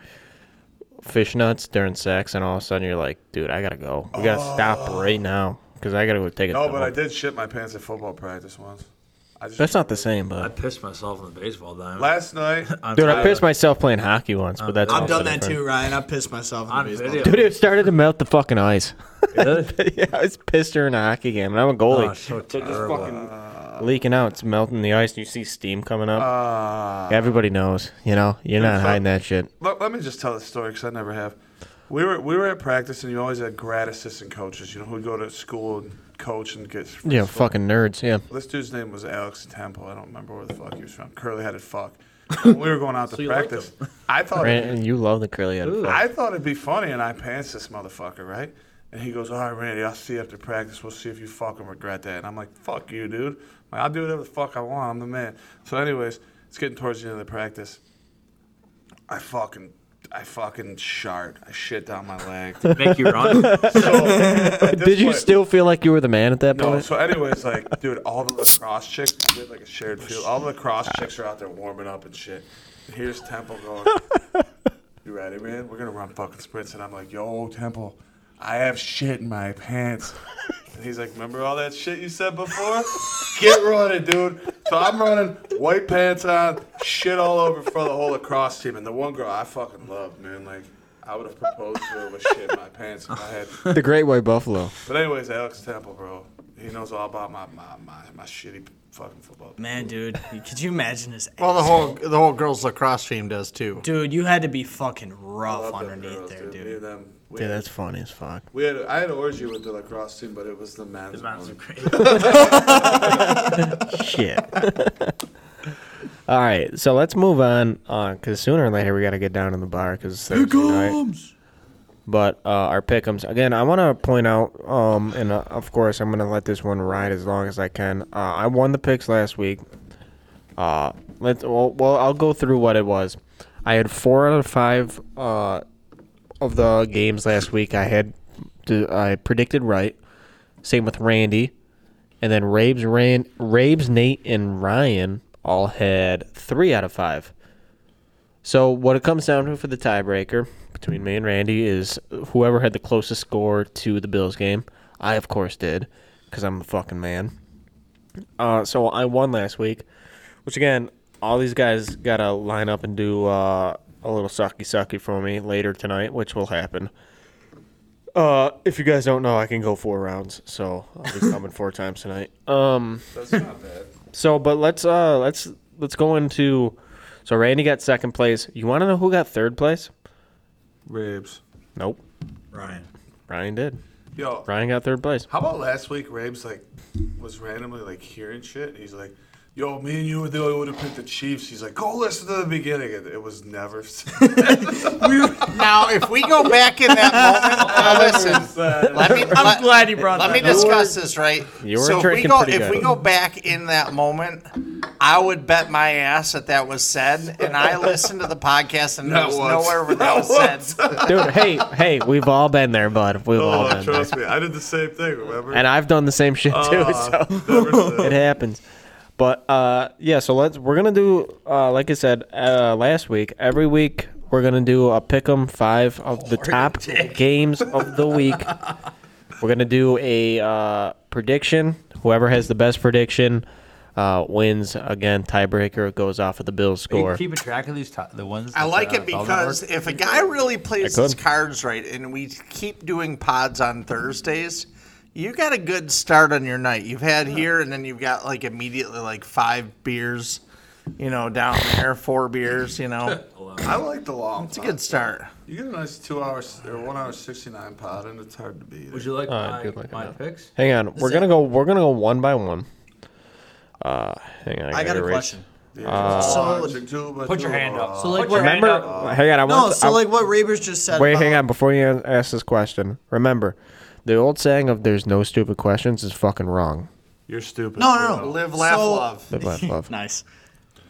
S4: fish nuts during sex, and all of a sudden you're like, dude, I gotta go. We gotta stop right now because I gotta go take a.
S5: No, but I
S4: dump."
S5: did shit my pants at football practice once. I just,
S4: That's not the same,
S7: I
S4: but
S7: pissed myself in the baseball diamond.
S5: Last night,
S7: On
S4: dude, I
S7: Saturday.
S4: pissed myself playing hockey once, but that's
S8: I've
S4: also
S8: done that
S4: different.
S8: too, Ryan. I pissed myself in
S7: On
S8: the baseball.
S7: video.
S8: diamond.
S4: Dude, it started to melt the fucking ice. yeah, I was pissed during a hockey game, and I'm a
S7: Oh,
S4: goalie.
S7: it's so terrible.
S4: Leaking out, it's melting the ice, and you see steam coming up.
S5: uh,
S4: Everybody knows, you know, you're not
S5: so-
S4: hiding that shit.
S5: let, let me just tell this story because I never have. We were we were at practice and you always had grad assistant coaches, you know, who go to school and coach and get.
S4: You know, fucking nerds, yeah.
S5: This dude's name was Alex Temple. I don't remember where the fuck he was from. Curly headed fuck. When we were going out to practice. I thought
S4: Brandon, you love the curly head.
S5: I thought it'd be funny, and I pants this motherfucker, right? And he goes, "All right, Randy, I'll see you after practice. We'll see if you fucking regret that." And I'm like, "Fuck you, dude. Like, I'll do whatever the fuck I want. I'm the man." So, anyways, it's getting towards the end of the practice, I fucking. I fucking shard. I shit down my leg.
S4: Did it make you run?
S5: So, at this
S4: Did you
S5: point-
S4: still feel like you were the man at that
S5: No,
S4: point?
S5: so anyways, like, dude, all the lacrosse chicks we did like a shared field. All the lacrosse chicks are out there warming up and shit. And here's Temple going, "You ready, man? We're gonna run fucking sprints." And I'm like, "Yo, Temple, I have shit in my pants." And he's like, "Remember all that shit you said before? Get running, dude." So I'm running, white pants on, shit all over for the whole lacrosse team. And the one girl I fucking loved, man, like. I would have proposed to her with shit in my pants if I had
S11: The Great White Buffalo.
S5: but anyways, Alex Temple, bro, he knows all about my my, my, my shitty fucking football.
S8: Man, dude, could you imagine this?
S1: Well, the whole the whole girls lacrosse team does too.
S8: Dude, you had to be fucking rough
S5: them
S8: underneath
S5: girls,
S8: there, dude.
S5: Me and them, we,
S2: Dude, that's funny as fuck.
S5: we had I had an orgy with the lacrosse team, but it was the men's. The
S7: men's
S4: Shit. All right, so let's move on because sooner or later we got to get down to the bar because here comes. But uh, our pickums again. I want to point out, um, and uh, of course I'm gonna let this one ride as long as I can. Uh, I won the picks last week. Uh, let's. Well, well, I'll go through what it was. I had four out of five uh, of the games last week. I had I predicted right. Same with Randy, and then Rabes, Ran, Rabes, Nate, and Ryan all had three out of five. So what it comes down to for the tiebreaker between me and Randy is whoever had the closest score to the Bills game. I of course did, because I'm a fucking man. Uh, so I won last week, which again, all these guys gotta line up and do uh, a little sucky sucky for me later tonight, which will happen. Uh, if you guys don't know, I can go four rounds, so I'll be coming four times tonight. Um,
S5: That's not bad.
S4: So, but let's uh, let's let's go into. So Randy got second place. You want to know who got third place?
S5: Ribs.
S4: Nope,
S5: Ryan.
S4: Ryan did.
S5: Yo,
S4: Ryan got third place.
S5: how about last week? Rabes like was randomly like hearing shit, and he's like. Yo, me and you were the only one who picked the Chiefs. He's like, go listen to the beginning. And it was never
S1: Now, if we go back in that moment, now listen. Let me,
S8: I'm
S1: let-
S8: glad you brought
S1: Let
S8: that
S1: me
S8: up.
S1: discuss this, right?
S4: You were
S1: so if we
S4: drinking
S1: go
S4: pretty
S1: if we
S4: good.
S1: go back in that moment, I would bet my ass that that was said, and I listened to the podcast and there
S5: Not
S1: was
S5: once.
S1: nowhere where that was
S5: Not
S1: said.
S4: Dude, hey, hey, we've all been there, bud. We've all
S5: Oh,
S4: been there.
S5: trust me. I did the same thing, remember?
S4: And I've done the same shit too,
S5: Ah, never
S4: so
S5: said.
S4: it happens. But uh, yeah, so let's we're gonna do uh, like I said uh, last week. Every week we're gonna do a pick 'em five of the top games of the week. we're gonna do a uh, prediction. Whoever has the best prediction uh, wins. Again, tiebreaker goes off of the Bills
S9: Are you
S4: score.
S9: keeping track of these t- the ones?
S1: I
S9: that,
S1: like
S9: uh,
S1: it
S9: Bell
S1: because
S9: Network?
S1: if a guy really plays
S4: I could.
S1: his cards right, and we keep doing pods on Thursdays. You got a good start on your night. You've had here, and then you've got like immediately like five beers, you know, down there, four beers, you know.
S5: I like the long.
S1: It's a good start.
S5: You get a nice two hours or one hour sixty nine pod, and it's hard to beat.
S7: Would you like
S4: Oh, I
S7: my,
S4: did like
S7: my
S4: that.
S7: picks?
S4: Hang on, we're gonna go. We're gonna go one by one. Uh, hang on.
S8: I got
S4: gotta
S8: a
S4: erase-
S8: question.
S5: it.
S8: so-
S7: Put your hand up.
S8: So like
S7: Put your
S8: what?
S7: hand
S4: Remember,
S7: up.
S4: hang on. I want.
S8: uh, No,
S4: to-
S8: so
S4: I-
S8: like what Rabers just said.
S4: Wait,
S8: about-
S4: hang on. Before you ask this question, remember the old saying of "there's no stupid questions" is fucking wrong.
S5: You're stupid.
S8: No, no, no.
S1: Live, laugh,
S8: So-
S1: love.
S4: Live, laugh, love.
S8: Nice.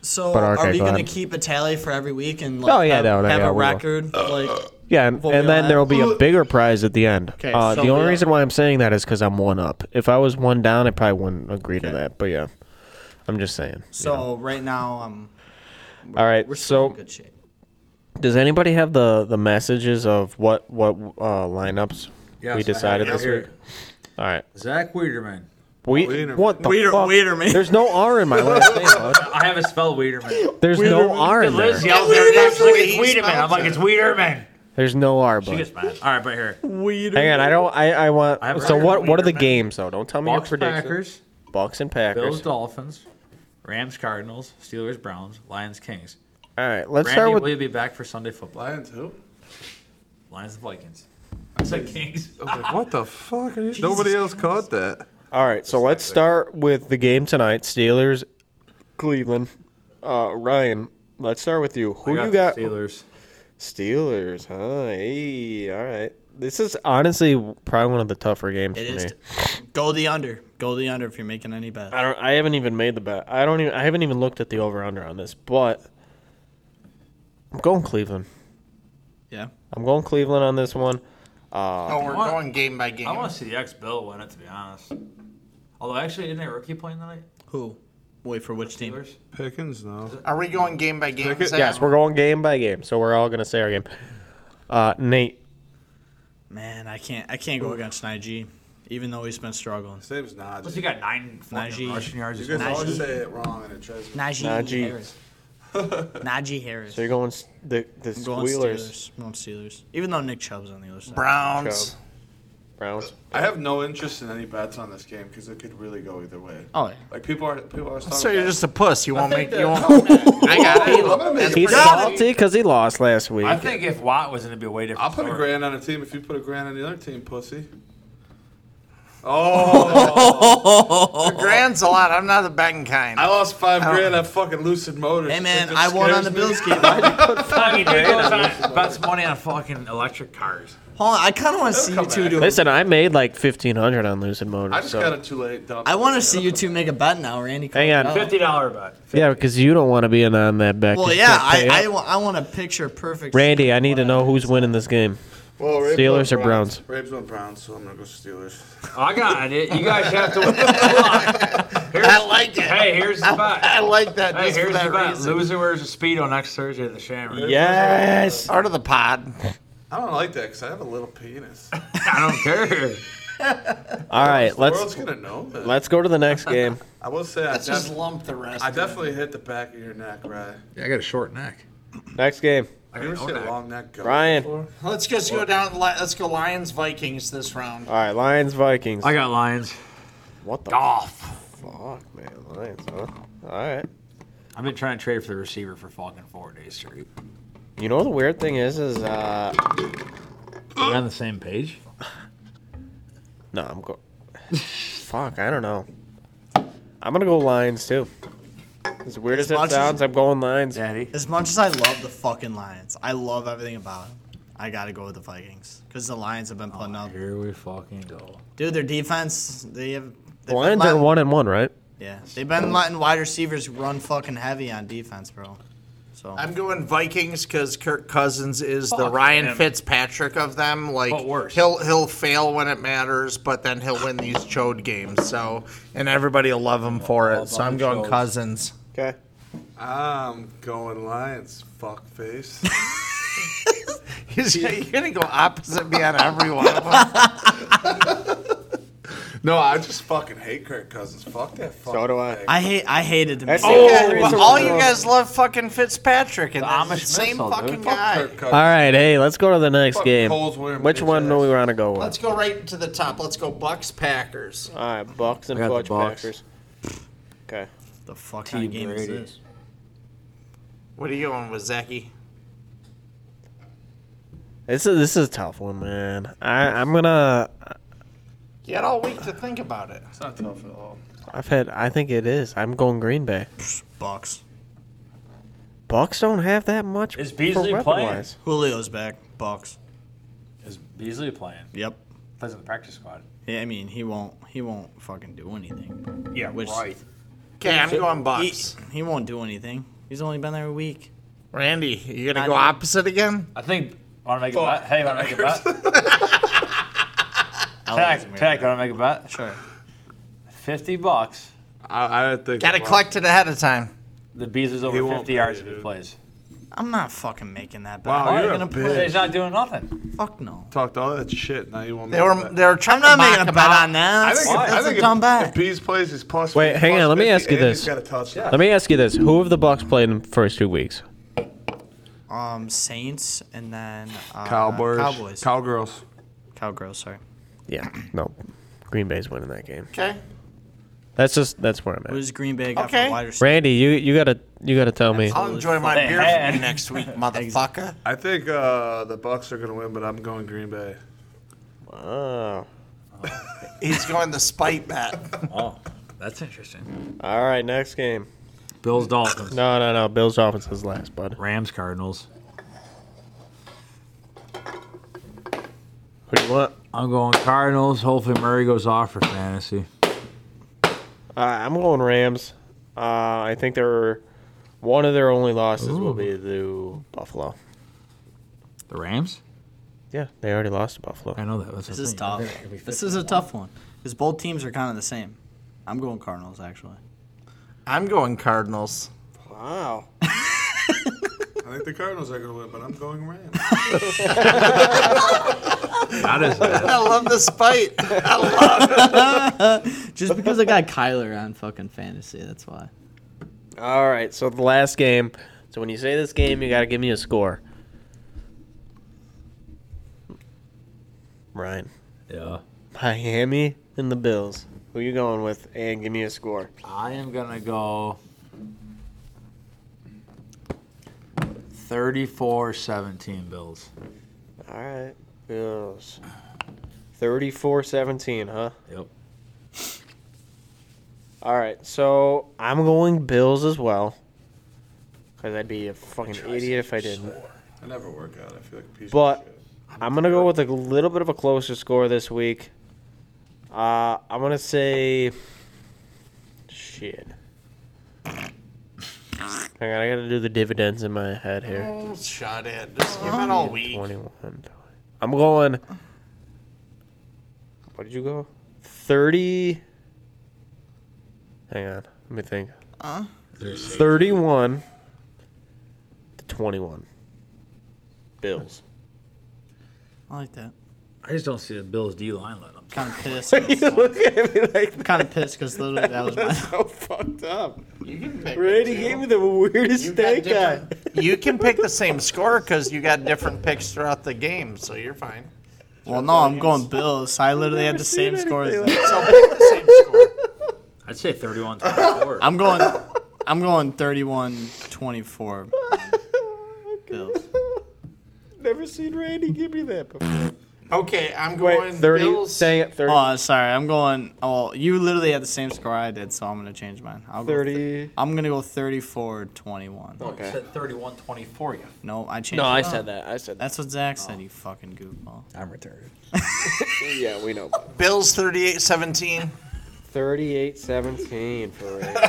S8: So
S4: But, okay,
S8: are we
S4: go
S8: gonna
S4: ahead.
S8: keep a tally for every week and like
S4: Oh, yeah,
S8: have,
S4: no, no,
S8: have
S4: yeah,
S8: a
S4: we will.
S8: record? like
S4: Yeah, and,
S8: Well,
S4: and
S8: we
S4: then
S8: all
S4: there will
S8: have-
S4: be a bigger prize at the end. uh, the only reason why I'm saying that is because I'm one up. If I was one down, I probably wouldn't agree to that. But yeah, I'm just saying.
S8: so right now um
S4: All right,
S8: we're still
S4: so
S8: in good shape.
S4: does anybody have the the messages of what what uh, lineups
S7: Yes, I
S4: we
S7: have
S4: decided
S7: it
S4: this
S7: here.
S4: week? All right,
S7: Zach Weiderman.
S4: we
S5: Wienerman.
S4: what the
S8: Waiter,
S4: fuck?
S8: waiter, man.
S4: There's no R in my last name. bud.
S7: I have it spelled Weiderman.
S4: There's no R in there.
S7: Liz yelled there. That's like it's Weiderman. I'm like it's Weiderman.
S4: There's no R,
S7: She
S4: bud.
S7: gets mad. All right, right here.
S4: Hang on, I don't. I I want.
S7: I haven't
S4: so
S7: heard
S4: what?
S7: of
S4: What are the games though? Don't tell me
S7: Bucks
S4: your prediction.
S7: Packers.
S4: Bucks and Packers.
S7: Bills Dolphins. Rams Cardinals. Steelers Browns. Lions Kings.
S4: All right, let's
S7: Randy,
S4: start with.
S7: will you be back for Sunday football?
S5: Lions who?
S7: Lions and Vikings. I said Kings.
S5: I was like, what the fuck? Are you, nobody else caught that.
S4: All right, so let's start with the game tonight. Steelers, Cleveland. Uh, Ryan, let's start with you. Who you got?
S7: Steelers.
S4: Steelers, huh? Hey, all right. This is honestly probably one of the tougher games
S8: It
S4: for
S8: is
S4: me.
S8: go the under. Go the under if you're making any bet.
S4: I don't. I haven't even made the bet. I don't even. I haven't even looked at the over under on this. But I'm going Cleveland.
S8: Yeah.
S4: I'm going Cleveland on this one. Uh,
S1: Oh, we're
S7: I want-
S1: going game by game.
S7: I want to see the ex Bill win it, to be honest. Although, actually, didn't that rookie play tonight?
S8: Who? Wait for which team?
S5: Pickens, no.
S1: Are we going game by game? Zach?
S4: Yes, we're going game by game, so we're all gonna say our game. Uh, Nate,
S8: Man, I can't. I can't go against Najee, even though he's been struggling.
S5: His name's Najee.
S7: Plus, he got nine fucking
S8: Najee.
S7: rushing yards.
S5: You
S7: this
S5: guys
S7: week.
S5: always
S8: Najee.
S5: say it wrong and it drives me.
S8: Najee,
S4: Najee.
S8: Harris. Najee Harris.
S4: so you're going s- the the
S8: I'm going
S4: Squealers,
S8: Steelers. I'm going Steelers. Even though Nick Chubb's on the other side.
S1: Browns.
S4: Browns.
S5: I have no interest in any bets on this game because it could really go either way.
S8: Oh, yeah.
S5: Like people are people are.
S1: So you're just a puss. You won't make. You won't.
S10: I got it.
S5: I'm gonna make.
S4: He's salty because he lost last week.
S7: I think if Watt was in, it'd be a way different.
S5: I'll put a
S7: story.
S5: grand on a team if you put a grand on the other team, pussy. Oh,
S1: A grand's a lot. I'm not the betting kind.
S5: I lost five grand on fucking Lucid Motors.
S8: Hey,
S5: It
S8: man,
S5: just
S8: I won on
S5: scares
S8: the
S5: me.
S8: Bills game. Hold on,
S7: I mean, he goes on, bets money on fucking electric cars.
S8: I kind of want to see you
S5: come
S8: two
S5: back.
S8: do it.
S4: Listen, I made like fifteen hundred on Lucid Motors.
S5: I just
S4: so.
S5: got it too late. Dumb.
S8: I want to see you two make a bet now, Randy.
S4: Hang on.
S8: Oh.
S7: Fifty dollar bet.
S4: yeah, because you don't want to be in on that back.
S8: Well, yeah, I, I, wa- I want a picture perfect.
S4: Randy, I need to know who's winning this game.
S5: Well, Ray
S4: Steelers
S5: went
S4: or Browns?
S5: Rabe's went Browns, so I'm gonna go Steelers.
S7: I got it. You guys have to. Hold on. Here's-
S1: I liked it.
S7: Hey, here's the
S1: I
S7: bet.
S1: like that.
S7: Hey,
S1: Just for
S7: here's the
S1: that
S7: bet.
S1: reason.
S7: Loser wears a speedo next Thursday at the Shamrock.
S4: Yes.
S1: Part of the pod.
S5: I don't like that because I have a little penis.
S7: I don't care.
S4: All right,
S5: the world's
S4: let's
S5: gonna know that.
S4: let's go to the next game.
S5: I will say I,
S1: Let's just
S5: def-
S1: lump the rest.
S5: I definitely hit the back of your neck, right?
S3: Yeah, I got a short neck.
S4: Next game.
S5: I never seen a long neck go.
S4: Ryan.
S5: before.
S1: Let's just go down. li- Let's go Lions Vikings this round.
S4: All right, Lions Vikings.
S7: I got Lions.
S4: What the
S7: Golf.
S4: fuck, man? Lions, huh? All right.
S7: I've been trying to trade for the receiver for fucking four days straight.
S4: You know the weird thing is, is uh,
S7: We're on the same page.
S4: no, I'm go. Fuck, I don't know. I'm gonna go Lions too. As weird as,
S8: much
S4: it
S8: as-
S4: sounds, I'm going Lions.
S7: Daddy.
S8: As much as I love the fucking Lions, I love everything about them. I got to go with the Vikings because the Lions have been putting up.
S7: Here we fucking go.
S8: Dude, their defense, they have. they've
S4: The
S8: been
S4: Lions are
S8: letting-
S4: one and one, right?
S8: Yeah, they've been letting wide receivers run fucking heavy on defense, bro. So
S1: I'm going Vikings because Kirk Cousins is the
S7: Fuck
S1: Ryan
S7: him.
S1: Fitzpatrick of them. Like
S7: But worse.
S1: he'll he'll fail when it matters, but then he'll win these chode games. So and everybody will love him for it. So I'm going Cousins.
S4: Okay.
S5: I'm going Lions, fuckface.
S1: You're gonna go opposite me on every one of them.
S5: no, I just fucking hate Kirk Cousins. Fuck that. Fucking
S4: do I.
S5: thing.
S8: I hate I hated them.
S4: That's
S8: Oh,
S4: it.
S1: Yeah,
S4: it's
S1: but
S4: a
S1: all
S4: roll.
S1: you guys love fucking Fitzpatrick and that's the
S7: Amish
S1: same
S7: missile,
S1: fucking
S7: dude.
S1: guy.
S5: Kirk Cousins.
S4: All right, hey, let's go to the next
S5: Fuck
S4: game.
S5: Coles wearing
S4: Which
S5: bitch
S4: one do we
S5: ass.
S4: want to go with?
S1: Let's go right to the top. Let's go Bucks Packers.
S4: All right, Bucks and
S9: I got the
S4: Fudge
S9: Bucks.
S4: Packers. Okay.
S8: the fuck kind of game is
S9: Brady.
S8: this?
S1: What are you going with, Zachy?
S4: This is this is a tough one, man. I I'm gonna.
S1: You had all week to think about it.
S5: It's not tough at all.
S4: I've had. I think it is. I'm going Green Bay.
S8: Bucks.
S4: Bucks don't have that much.
S7: Is
S4: for
S7: Beasley
S4: weapon
S7: playing?
S4: wise.
S8: Julio's back. Bucks.
S7: Is Beasley playing?
S8: Yep.
S7: Plays in the practice squad.
S8: Yeah, I mean he won't he won't fucking do anything.
S7: Yeah,
S8: Which-
S7: right.
S1: Okay, I'm going
S8: He,
S1: Bucks.
S8: he won't do anything. He's only been there a week.
S1: Randy, you gonna go opposite again?
S7: I think. Want to make a bet? Hey, want to make a bet? Tech, tech. Want to make a bet?
S8: Sure.
S7: Fifty bucks.
S5: I, I think.
S1: Gotta collect it ahead of time.
S7: The Beasley's
S5: He
S7: over
S5: won't
S7: fifty
S5: play,
S7: yards if he
S5: dude.
S7: plays.
S8: I'm not fucking making that bet.
S5: Wow,
S8: Why are you
S5: you're a
S8: gonna
S5: bitch.
S8: play?
S7: He's not doing nothing.
S8: Fuck no.
S5: Talked all that shit. Now you want me
S1: They
S5: to
S1: were
S5: bet.
S1: they were trying to
S8: I'm not
S1: mock
S8: making a bet
S1: about-
S8: on that. That's,
S7: think- I
S8: that's
S5: think
S8: a dumb
S5: If
S8: bet.
S5: Bees plays, he's plus.
S4: Wait, hang
S5: plus
S4: on, let me
S5: 50,
S4: ask you
S5: and
S4: this.
S5: He's got a touchdown.
S4: Let me ask you this: Who have the Bucks played in the first two weeks?
S8: Um, Saints and then uh,
S5: Cowboys.
S8: Cowboys.
S5: Cowgirls.
S8: Cowgirls. Sorry.
S4: Yeah. No. Green Bay's winning that game.
S1: Okay.
S4: That's just that's where I'm
S8: What
S4: at.
S8: is Green Bay got
S1: Okay.
S8: for wide receiver?
S4: Randy, you you gotta you gotta tell me.
S1: I'll enjoy my
S7: They
S1: beer from
S7: had.
S1: you next week, motherfucker.
S5: I think uh, the Bucks are gonna win, but I'm going Green Bay.
S4: Oh.
S1: He's going the spite bet.
S7: Oh, that's interesting.
S4: All right, next game.
S7: Bills, Dolphins,
S4: No, no, no. Bills offense is last, bud.
S7: Rams, Cardinals.
S4: Who do you want?
S7: I'm going Cardinals. Hopefully Murray goes off for fantasy.
S4: Uh, I'm going Rams. Uh, I think they're
S12: One of their only losses will be to Buffalo.
S7: The Rams?
S12: Yeah, they already lost to Buffalo.
S7: I know that. That's
S8: This is tough. This is a tough one because both teams are kind of the same. I'm going Cardinals actually.
S1: I'm going Cardinals.
S13: Wow.
S5: I think the Cardinals are going to win, but I'm going Rams.
S7: Not as bad.
S1: I love the spite.
S8: Just because I got Kyler on fucking fantasy, that's why.
S4: All right, so the last game. So when you say this game, you got to give me a score. Ryan,
S7: Yeah.
S4: Miami and the Bills. Who you going with? And give me a score.
S7: I am gonna go 34-17 Bills.
S4: All right, Bills. 34-17, huh?
S7: Yep.
S4: All right, so I'm going Bills as well. Cause I'd be a fucking idiot if I didn't.
S5: I never work out. I feel like a piece
S4: But-
S5: of shit.
S4: I'm gonna go with a little bit of a closer score this week. Uh, I'm gonna say, shit. Hang on, I gotta do the dividends in my head here.
S1: Oh, Shot at. This has been all week.
S4: 21. 20. I'm going. What did you go? 30. Hang on, let me think. Uh, 31 to 21. Bills.
S8: I like that.
S7: I just don't see the Bills D line letting them.
S8: Kind of pissed. I'm
S4: Look at me like
S8: kind of pissed because literally that was my.
S4: so fucked up.
S1: You can pick.
S4: Brady gave me the weirdest
S1: got
S4: snake eye.
S1: You can pick the same score because you got different picks throughout the game, so you're fine.
S8: Well, no, I'm going Bills. I literally had the same score as that.
S1: So pick the same score.
S7: I'd say 31-24.
S8: I'm going. I'm going 31-24. Bills.
S4: Never seen Randy give me that before.
S1: Okay, I'm
S4: Wait,
S1: going
S4: 30.
S1: Bills.
S4: Dang it, 30.
S8: Oh, sorry. I'm going. Oh, you literally had the same score I did, so I'm gonna change mine. I'll go
S4: 30.
S8: I'm gonna go 34-21.
S5: Oh.
S4: Okay.
S14: said 31-24, yeah.
S8: No, I changed.
S4: No,
S8: it
S4: I
S8: up.
S4: said that. I said that.
S8: That's what Zach
S5: Oh.
S8: said. You fucking goofball.
S7: I'm retarded.
S4: Yeah, we know.
S1: Bills 38-17.
S4: 38 17 for Randy.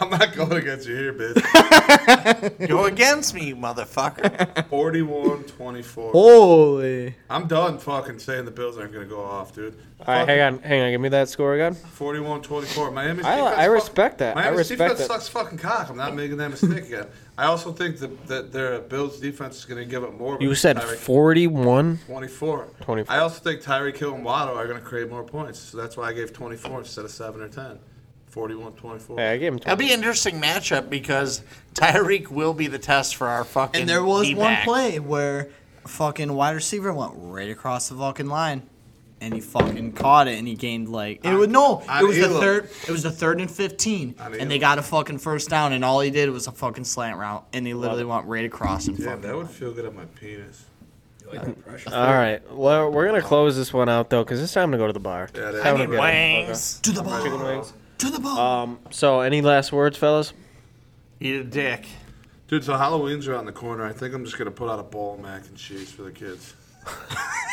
S5: I'm not going against you here, bitch.
S1: Go against me, you motherfucker.
S5: 41 24.
S8: Holy.
S5: I'm done fucking saying the Bills aren't going to go off, dude.
S4: All right, hang on. Hang on. Give me that score again.
S5: 41 24. Miami's
S4: I-
S5: defense
S4: I
S5: fuck-
S4: respect that. I
S5: Miami's
S4: respect
S5: defense
S4: that.
S5: sucks fucking cock. I'm not making that mistake again. I also think that, that their Bills defense is going to give up more.
S4: You
S5: with
S4: said
S5: Tyreek
S4: 41.
S5: 24.
S4: 24.
S5: I also think Tyreek Hill and Waddle are going to create more points. So that's why I gave 24 instead of 7 or 10. 41 24.
S4: Yeah, I gave him
S1: That'll be
S4: 20.
S1: an interesting matchup because Tyreek will be the test for our fucking.
S8: And there was one
S1: D-back.
S8: play where a fucking wide receiver went right across the fucking line, and he fucking caught it, and he gained like it was no,
S5: on
S8: it was the
S5: Elam.
S8: third, it was the third and fifteen,
S5: On
S8: and they
S5: Elam.
S8: got a fucking first down, and all he did was a fucking slant route, and he literally went right across and
S5: Yeah,
S8: fucking.
S5: that would feel good on my penis.
S4: All right. Well, we're going to close this one out, though, because it's time to go to the bar.
S5: Yeah, that-
S1: I
S5: that
S1: need
S5: would-
S1: wings.
S8: to the ball,
S4: wings.
S8: to the
S5: Uh,
S8: ball.
S4: Um, so, any last words, fellas?
S1: Eat a dick.
S5: Dude, so Halloween's around the corner. I think I'm just gonna put out a bowl of mac and cheese for the kids.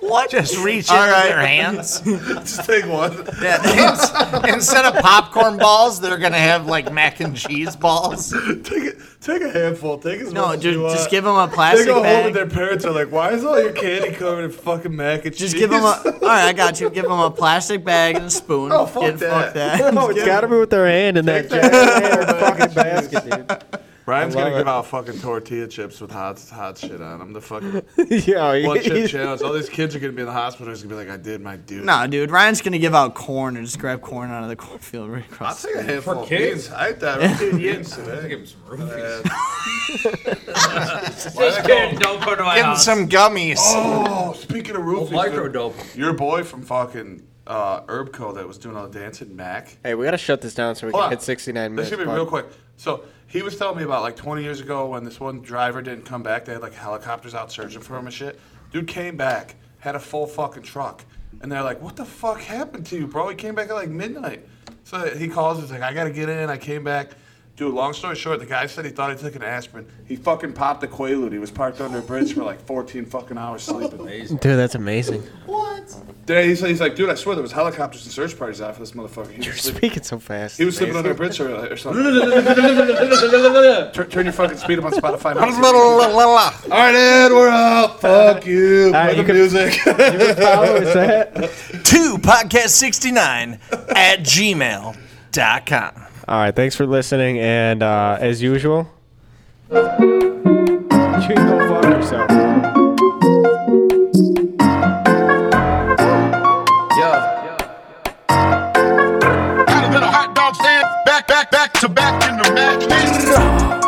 S1: What? Just reach in with their hands.
S5: Just take one.
S1: Yeah, ins- instead of popcorn balls, they're gonna have like mac and cheese balls.
S5: take it. Take a handful. Take as
S8: no,
S5: much as
S8: dude,
S5: you uh, want.
S8: just give him a
S5: They
S8: plastic
S5: go home and
S8: bag.
S5: their parents are like, "Why is all your candy covered in fucking mac and cheese?"
S8: Just give him a. All right, I got you. Give him a plastic bag and a spoon.
S5: Oh, fuck
S8: Get-
S5: that.
S4: No, Oh, it's got to be with their hand in that fucking basket,
S5: Ryan's
S4: I love
S5: gonna give
S4: it.
S5: out fucking tortilla chips with hot hot shit on them. The fucking
S4: dude. Yo,
S5: blood chip
S4: you-
S5: challenge. All these kids are gonna be in the hospital. He's gonna be like, "I did my duty."
S8: Nah, dude, Ryan's gonna give out corn and just grab corn out of the cornfield right
S5: I'll
S8: across.
S5: take a handful of
S14: kids?
S5: beans. I ate that right dude, beans
S14: Give
S5: today.
S14: him some roofies.
S5: Why
S14: Just kidding. Don't go to my
S1: Give 'em
S14: house.
S1: some gummies.
S5: Oh, speaking of roofies,
S14: micro
S5: dude, your boy from fucking uh, Herb Co. that was doing all the dancing, Mac.
S4: Hey, we got to shut this down so we
S5: Hold
S4: can
S5: on.
S4: hit 69
S5: This
S4: minutes.
S5: should be
S4: but-
S5: real quick. So he was telling me about like 20 years ago when this one driver didn't come back. They had like helicopters out searching for him and shit. Dude came back, had a full fucking truck, and they're like, "What the fuck happened to you, bro?" He came back at like midnight. So he calls. He's like, "I gotta get in." I came back. Dude, long story short, the guy said he thought he took an aspirin. He fucking popped a Quaalude. He was parked under a bridge for like 14 fucking hours sleeping.
S4: Dude, that's amazing.
S8: What?
S5: Then he's, he's like, dude, I swear there was helicopters and search parties out for this motherfucker. He was sleeping-
S4: Speaking so fast.
S5: He was sleeping under a bridge or, or something. turn, turn your fucking speed up on Spotify. All right, Ed, we're out. Fuck you. Play the music.
S4: eh?
S1: to podcast69 at gmail.com.
S4: All right, thanks for listening, and uh, as usual, you can go fuck yourself.
S15: Yeah. Got a little hot dog stand back, back, back to back in the match.